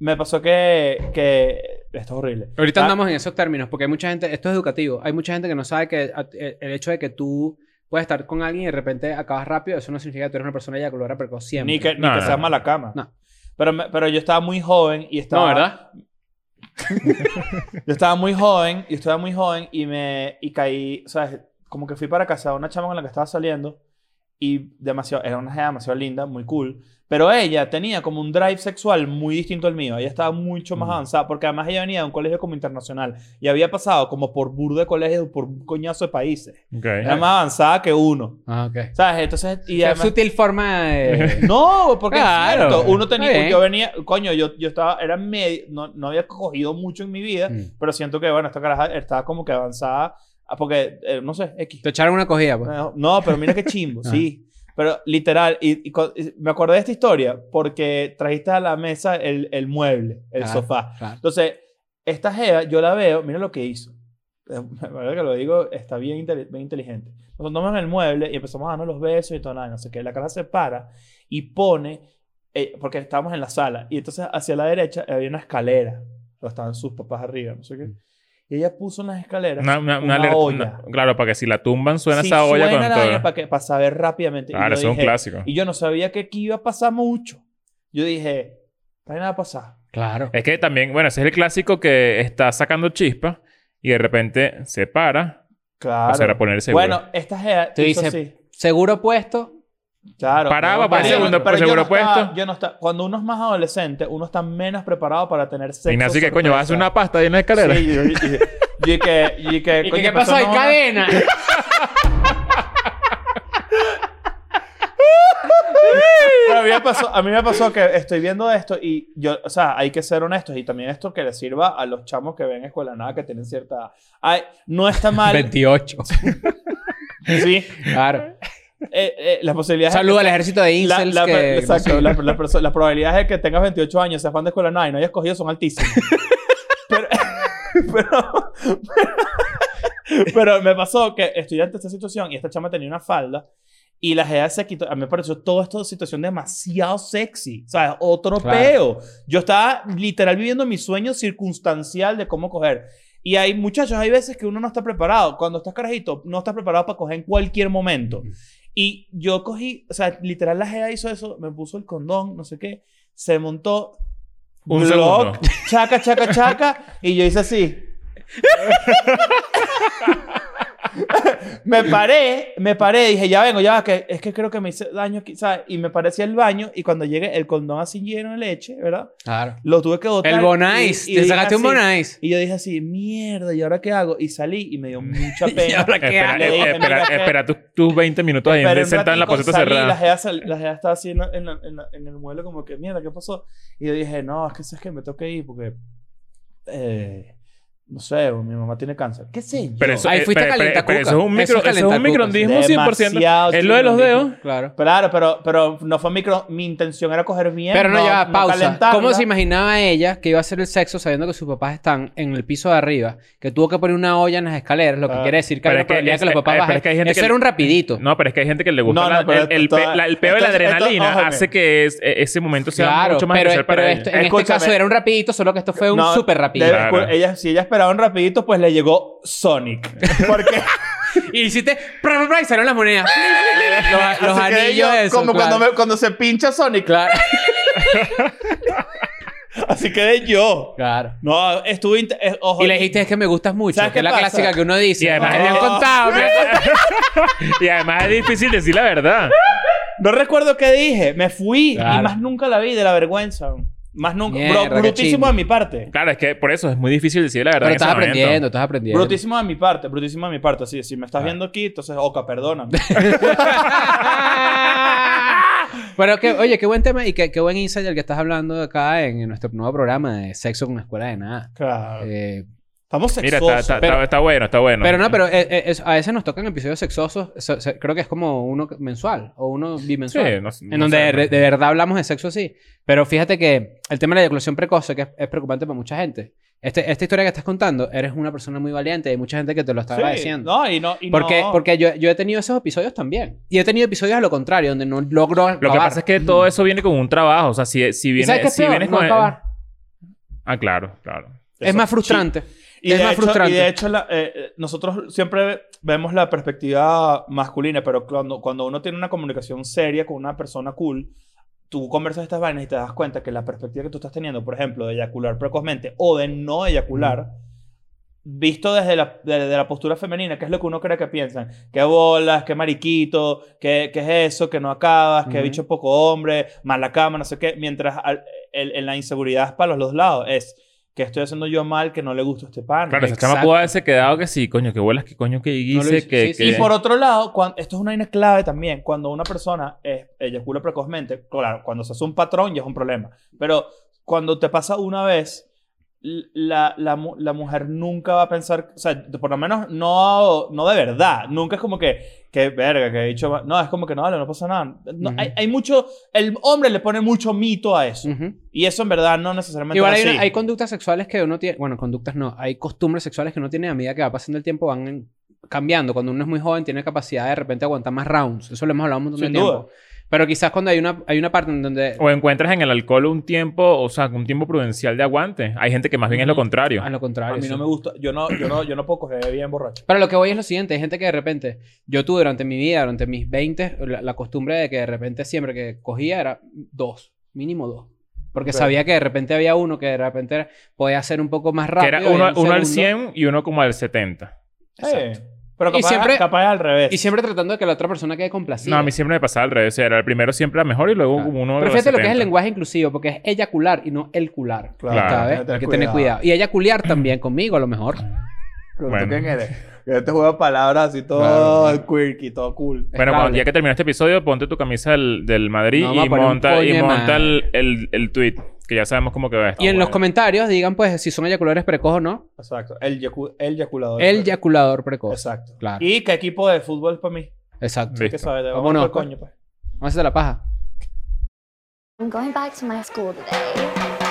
Me pasó que. que esto es horrible.
Ahorita
Ah,
andamos en esos términos porque hay mucha gente, esto es educativo, hay mucha gente que no sabe que a- e, el el hecho de que tú puedes estar con alguien y de repente acabas rápido, eso no significa que tú eres una persona eyaculadora precoz siempre.
Ni que, ni
No,
que
no,
seas
no.
mala cama.
No.
Pero, me- pero yo estaba muy joven y estaba.
No, ¿verdad?
Yo estaba muy joven, yo estaba muy joven y me y caí, ¿sabes? Como que fui para casa de una chama con la que estaba saliendo y demasiado, era una jeva demasiado linda, muy cool. Pero ella tenía como un drive sexual muy distinto al mío. Ella estaba mucho más
Mm.
avanzada porque además ella venía de un colegio como internacional y había pasado como por burro de colegios, por un coñazo de países. Era
Ok.
más avanzada que uno.
Ah, ok.
¿Sabes? Entonces, y
Qué
además-
sutil forma de...
no, porque es
Claro.
cierto, uno
Está
tenía,
bien.
yo venía, coño, yo, yo estaba, era medio, no, no había cogido mucho en mi vida,
Mm.
pero siento que, bueno, esta caraja estaba como que avanzada, ah, porque, eh, no sé, X.
Te echaron una cogida, pues.
No, no, pero mira qué
Ah.
chimbo, sí. Pero literal, y, y co- y me acordé de esta historia porque trajiste a la mesa el, el mueble, el
Claro.
sofá.
Claro.
Entonces, esta Jeva, yo la veo, mira lo que hizo. La verdad que lo digo, está bien, inte- bien inteligente. Nos sentamos en el mueble y empezamos a darnos los besos y todo, nada, no sé qué. La cara se para y pone, eh, porque estábamos en la sala, y entonces hacia la derecha había una escalera. Lo estaban sus papás arriba, no sé qué. Y ella puso unas escaleras,
Una,
una,
una- una alerta-
olla.
una- claro, para que si la tumban suena
Sí,
esa olla
suena la
con
vaina
todo.
Para, que, para saber rápidamente. Y
Claro,
yo
eso es un
dije-
clásico.
Y yo no sabía que aquí iba a pasar mucho. Yo dije, no hay nada a pasar.
Claro.
Es que también, bueno, ese es el clásico que está sacando chispa y de repente se para
Claro.
para poner el seguro.
bueno, esta jeva
Tú
hizo
dices,
así.
Seguro puesto.
Claro.
Paraba,
No,
para
pero-
el segundo,
pero
por
yo no
seguro
estaba-
puesto.
yo no estaba- Cuando uno es más adolescente, uno está menos preparado para tener sexo.
Ignacio, que coño,
sorpresa.
vas a hacer una pasta llena de escalera.
Sí, yo, yo, yo- yo que, yo que,
¿Y
coño,
qué pasó?
persona
Hay
no-
cadena.
Pero a, mí me pasó, a mí me pasó que estoy viendo esto y yo, o sea, hay que ser honestos y también esto que le sirva a los chamos que ven escuela nada que tienen cierta. Ay, no está mal.
28.
sí.
Claro.
eh, eh, las posibilidades.
Saludo al ejército de
la,
incels
la-
que...
exacto, la- la perso- las probabilidades de que tengas 28 años, seas fan de escuela nada y no hayas cogido son altísimas. pero, pero, pero me pasó que estoy ante esta situación y esta chama tenía una falda y la jeva se quitó. A mí me pareció toda esta situación demasiado sexy, ¿sabes? Otro
Claro.
peo. Yo estaba literal viviendo mi sueño circunstancial de cómo coger. Y hay muchachos, hay veces que uno no está preparado. Cuando estás carajito, no estás preparado para coger en cualquier momento. Y yo cogí, o sea, literal la jeva hizo eso, me puso el condón, no sé qué, se montó,
Un
Glock,
segundo.
chaca, chaca, chaca. y yo hice así. me paré, me paré, dije, ya vengo, ya, va, que es que creo que me hice daño aquí, ¿sabes? Y me paré hacia el baño y cuando llegué, el condón así lleno de leche, ¿verdad?
Claro.
Lo tuve que botar.
El
y-
Bonais.
y
Te
dije
sacaste
así.
un Bonais.
Y yo dije así, mierda, ¿y ahora qué hago? Y salí y me dio mucha pena.
¿Y ahora qué
Espera,
hago?
Le dije,
eh, espera,
mira que-
espera tus, tus 20 minutos ahí
Esperé un
sentado en la
ratico,
poseta
salí, La
cerrada.
GEA, sal- la GEA estaba así en, la- en la- en la- en el mueble como que, mierda, ¿qué pasó? Y yo dije, no, es que es que me tengo que ir porque, eh, no sé, mi mamá tiene cáncer. ¿Qué sé yo?
Pero eso,
Ahí
eh,
fuiste
pero- pero-
calentacuca.
pero eso es un micro,
Eso es
eso es un
calentacuca.
microndismo
Demasiado
100%. Es lo de los
microndismo.
dedos.
eh, Claro.
Claro, pero, pero no fue micro, mi intención era coger bien.
Pero no, ya,
no
pausa.
calentarla.
¿Cómo se imaginaba ella que iba a hacer el sexo sabiendo que sus papás están en el piso de arriba? Que tuvo que poner una olla en las escaleras, lo que
Ah.
quiere decir que
Pero
había
es que-
probabilidad
es-
que los
eh,
papás
pero
bajen.
es que hay gente
Eso
que-
era un rapidito.
No, pero es que hay gente que le gusta
No, no,
la-
pero
el, el,
toda-
pe- la- el peo de la
esto- esto-
adrenalina
ójame.
hace que es- e- ese momento sea
claro,
mucho más
pero,
especial
pero
para
esto-
ella.
en este
Escúchame.
caso era un rapidito, solo que esto fue un
No,
súper rapidito.
debe-
Claro.
ella- si ella esperaba un rapidito, pues le llegó Sonic. Porque
Y hiciste... pra, pra, pra, y salieron las monedas. los los
así quedé
anillos
yo,
esos,
Como
claro.
cuando, me- cuando se pincha Sonic.
Claro.
Así quedé yo.
Claro.
No, estuve... int- eh, ojo,
Y le dijiste es que me gustas mucho.
¿Sabes
Que es
qué
la
pasa?
clásica que uno dice. Oh.
Y además-
me han contado. me han contado".
Y además es difícil decir la verdad.
No recuerdo qué dije. Me fui
Claro.
y más nunca la vi de la vergüenza. Más nunca.
Mierda,
Bro,
qué
brutísimo
chimbo.
de mi parte.
Claro, es que por eso es muy difícil decir la verdad.
Pero
en ese
estás
momento.
aprendiendo, estás aprendiendo.
Brutísimo de mi parte, brutísimo de mi parte. Así, si me estás viendo aquí, entonces, Oka, perdóname.
Pero que, oye, qué buen tema y qué, qué buen insight el que estás hablando acá en, en nuestro nuevo programa de sexo con escuela de nada.
claro.
Eh,
Estamos
Mira, está,
sexosos.
está-
Pero-
está- está bueno, está bueno.
pero no, pero eh, eh, es- a veces nos tocan episodios sexosos. so- so- creo que es como uno mensual o uno
Sí,
bimensual.
no-
En
no
donde
sé,
de,
no.
de verdad hablamos de sexo así. Pero fíjate que el tema de la eyaculación precoz, que es, es preocupante para mucha gente. Este, esta historia que estás contando, eres una persona muy valiente y hay mucha gente que te lo está
Sí,
agradeciendo.
No, y no. Y
Porque,
no.
porque yo, yo he tenido esos episodios también. Y he tenido episodios a lo contrario, donde no logro
Lo que pasa es que todo eso viene con un trabajo. O sea, si, si, viene,
¿Sabes qué es
si
peor?
vienes
No
con.
acabar.
Ah, claro, claro.
Eso
es más
chi-
frustrante.
Y
Es
de
más
hecho-
frustrante.
Y de hecho, la- eh, eh, nosotros siempre ve- vemos la perspectiva masculina, pero cuando, cuando uno tiene una comunicación seria con una persona cool, tú conversas estas vainas y te das cuenta que la perspectiva que tú estás teniendo, por ejemplo, de eyacular precozmente o de no eyacular, visto desde la, desde la postura femenina, que es lo que uno cree que piensan. Que bolas, que mariquito, que, que es eso, que no acabas, que
Ujú.
bicho poco hombre, mala cama, no sé qué. Mientras al- el- en la inseguridad es para los dos lados. Es que estoy haciendo yo mal, que no le gusta este pan.
Claro, esa
Exacto.
chama pudo haberse quedado que sí, coño, que vuelas, que coño, que
No lo
hice,
hice.
que.
Sí, sí.
que-
Y por otro lado, cuan- esto es una vaina clave también. Cuando una persona eh, eyacula precozmente, claro, cuando se hace un patrón ya es un problema. Pero cuando te pasa una vez, l- la, la, mu- la mujer nunca va a pensar, o sea, por lo menos no, no de verdad. Nunca es como que, que verga, que he dicho, ma-". no, es como que no, dale, no pasa nada. No,
Ujú.
hay, hay mucho, el hombre le pone mucho mito a eso.
Ujú.
Y eso en verdad no necesariamente
Igual
es
hay, una-
así.
hay conductas sexuales que uno tiene, bueno, conductas no, hay costumbres sexuales que uno tiene a medida que va pasando el tiempo van en- cambiando. Cuando uno es muy joven tiene capacidad de, de repente aguantar más rounds. Eso lo hemos hablado un montón
Sin
de
duda.
tiempo. Pero quizás cuando hay una, hay una parte en donde...
O encuentras en el alcohol un tiempo, o sea, un tiempo prudencial de aguante. Hay gente que más bien es lo contrario.
A lo contrario.
A mí no
sí.
me gusta, yo no, yo no, yo no puedo coger bien borracho.
Pero lo que voy es lo siguiente, hay gente que de repente, yo tuve durante mi vida, durante mis 20, la, la costumbre de que de repente siempre que cogía era dos, mínimo dos. Porque
Ok.
sabía que de repente había uno que de repente podía ser un poco más
Que
rápido.
era uno,
había un
uno al 100
segundo.
y uno como al 70.
Exacto.
Sí. Eh, Pero
Y
capaz,
siempre-
capaz es al revés.
Y siempre tratando de que la otra persona quede complacida.
No, a mí siempre me pasaba al revés. O sea, era el primero siempre era mejor y luego
Claro.
como uno.
Pero
al
fíjate lo que es el
70.
lenguaje inclusivo, porque es eyacular y no elcular.
Claro,
Claro.
hay
Hay que tener cuidado. Y eyacular también conmigo, a lo mejor.
Ah, Pero
Bueno.
¿tú quién eres? Que este juego de palabras así todo
Claro,
quirky, todo cool.
Bueno, cuando,
Estable.
ya que termina este episodio, ponte tu camisa del, del Madrid
No, va a
y
poner un
monta, y
coño de
monta el,
madre.
el, el tweet, que ya sabemos cómo que va esto.
y en los
Bueno.
comentarios digan, pues, si son eyaculadores precoz o no.
Exacto. El, yacu- el yaculador.
El eyaculador precoz.
Exacto.
Claro.
¿Y qué equipo de fútbol es para mí?
Exacto.
Listo.
¿Qué sabes? De
Vámonos,
Vámonos.
pues.
coño, pues.
Vamos a hacer la paja.
I'm going back to my school today.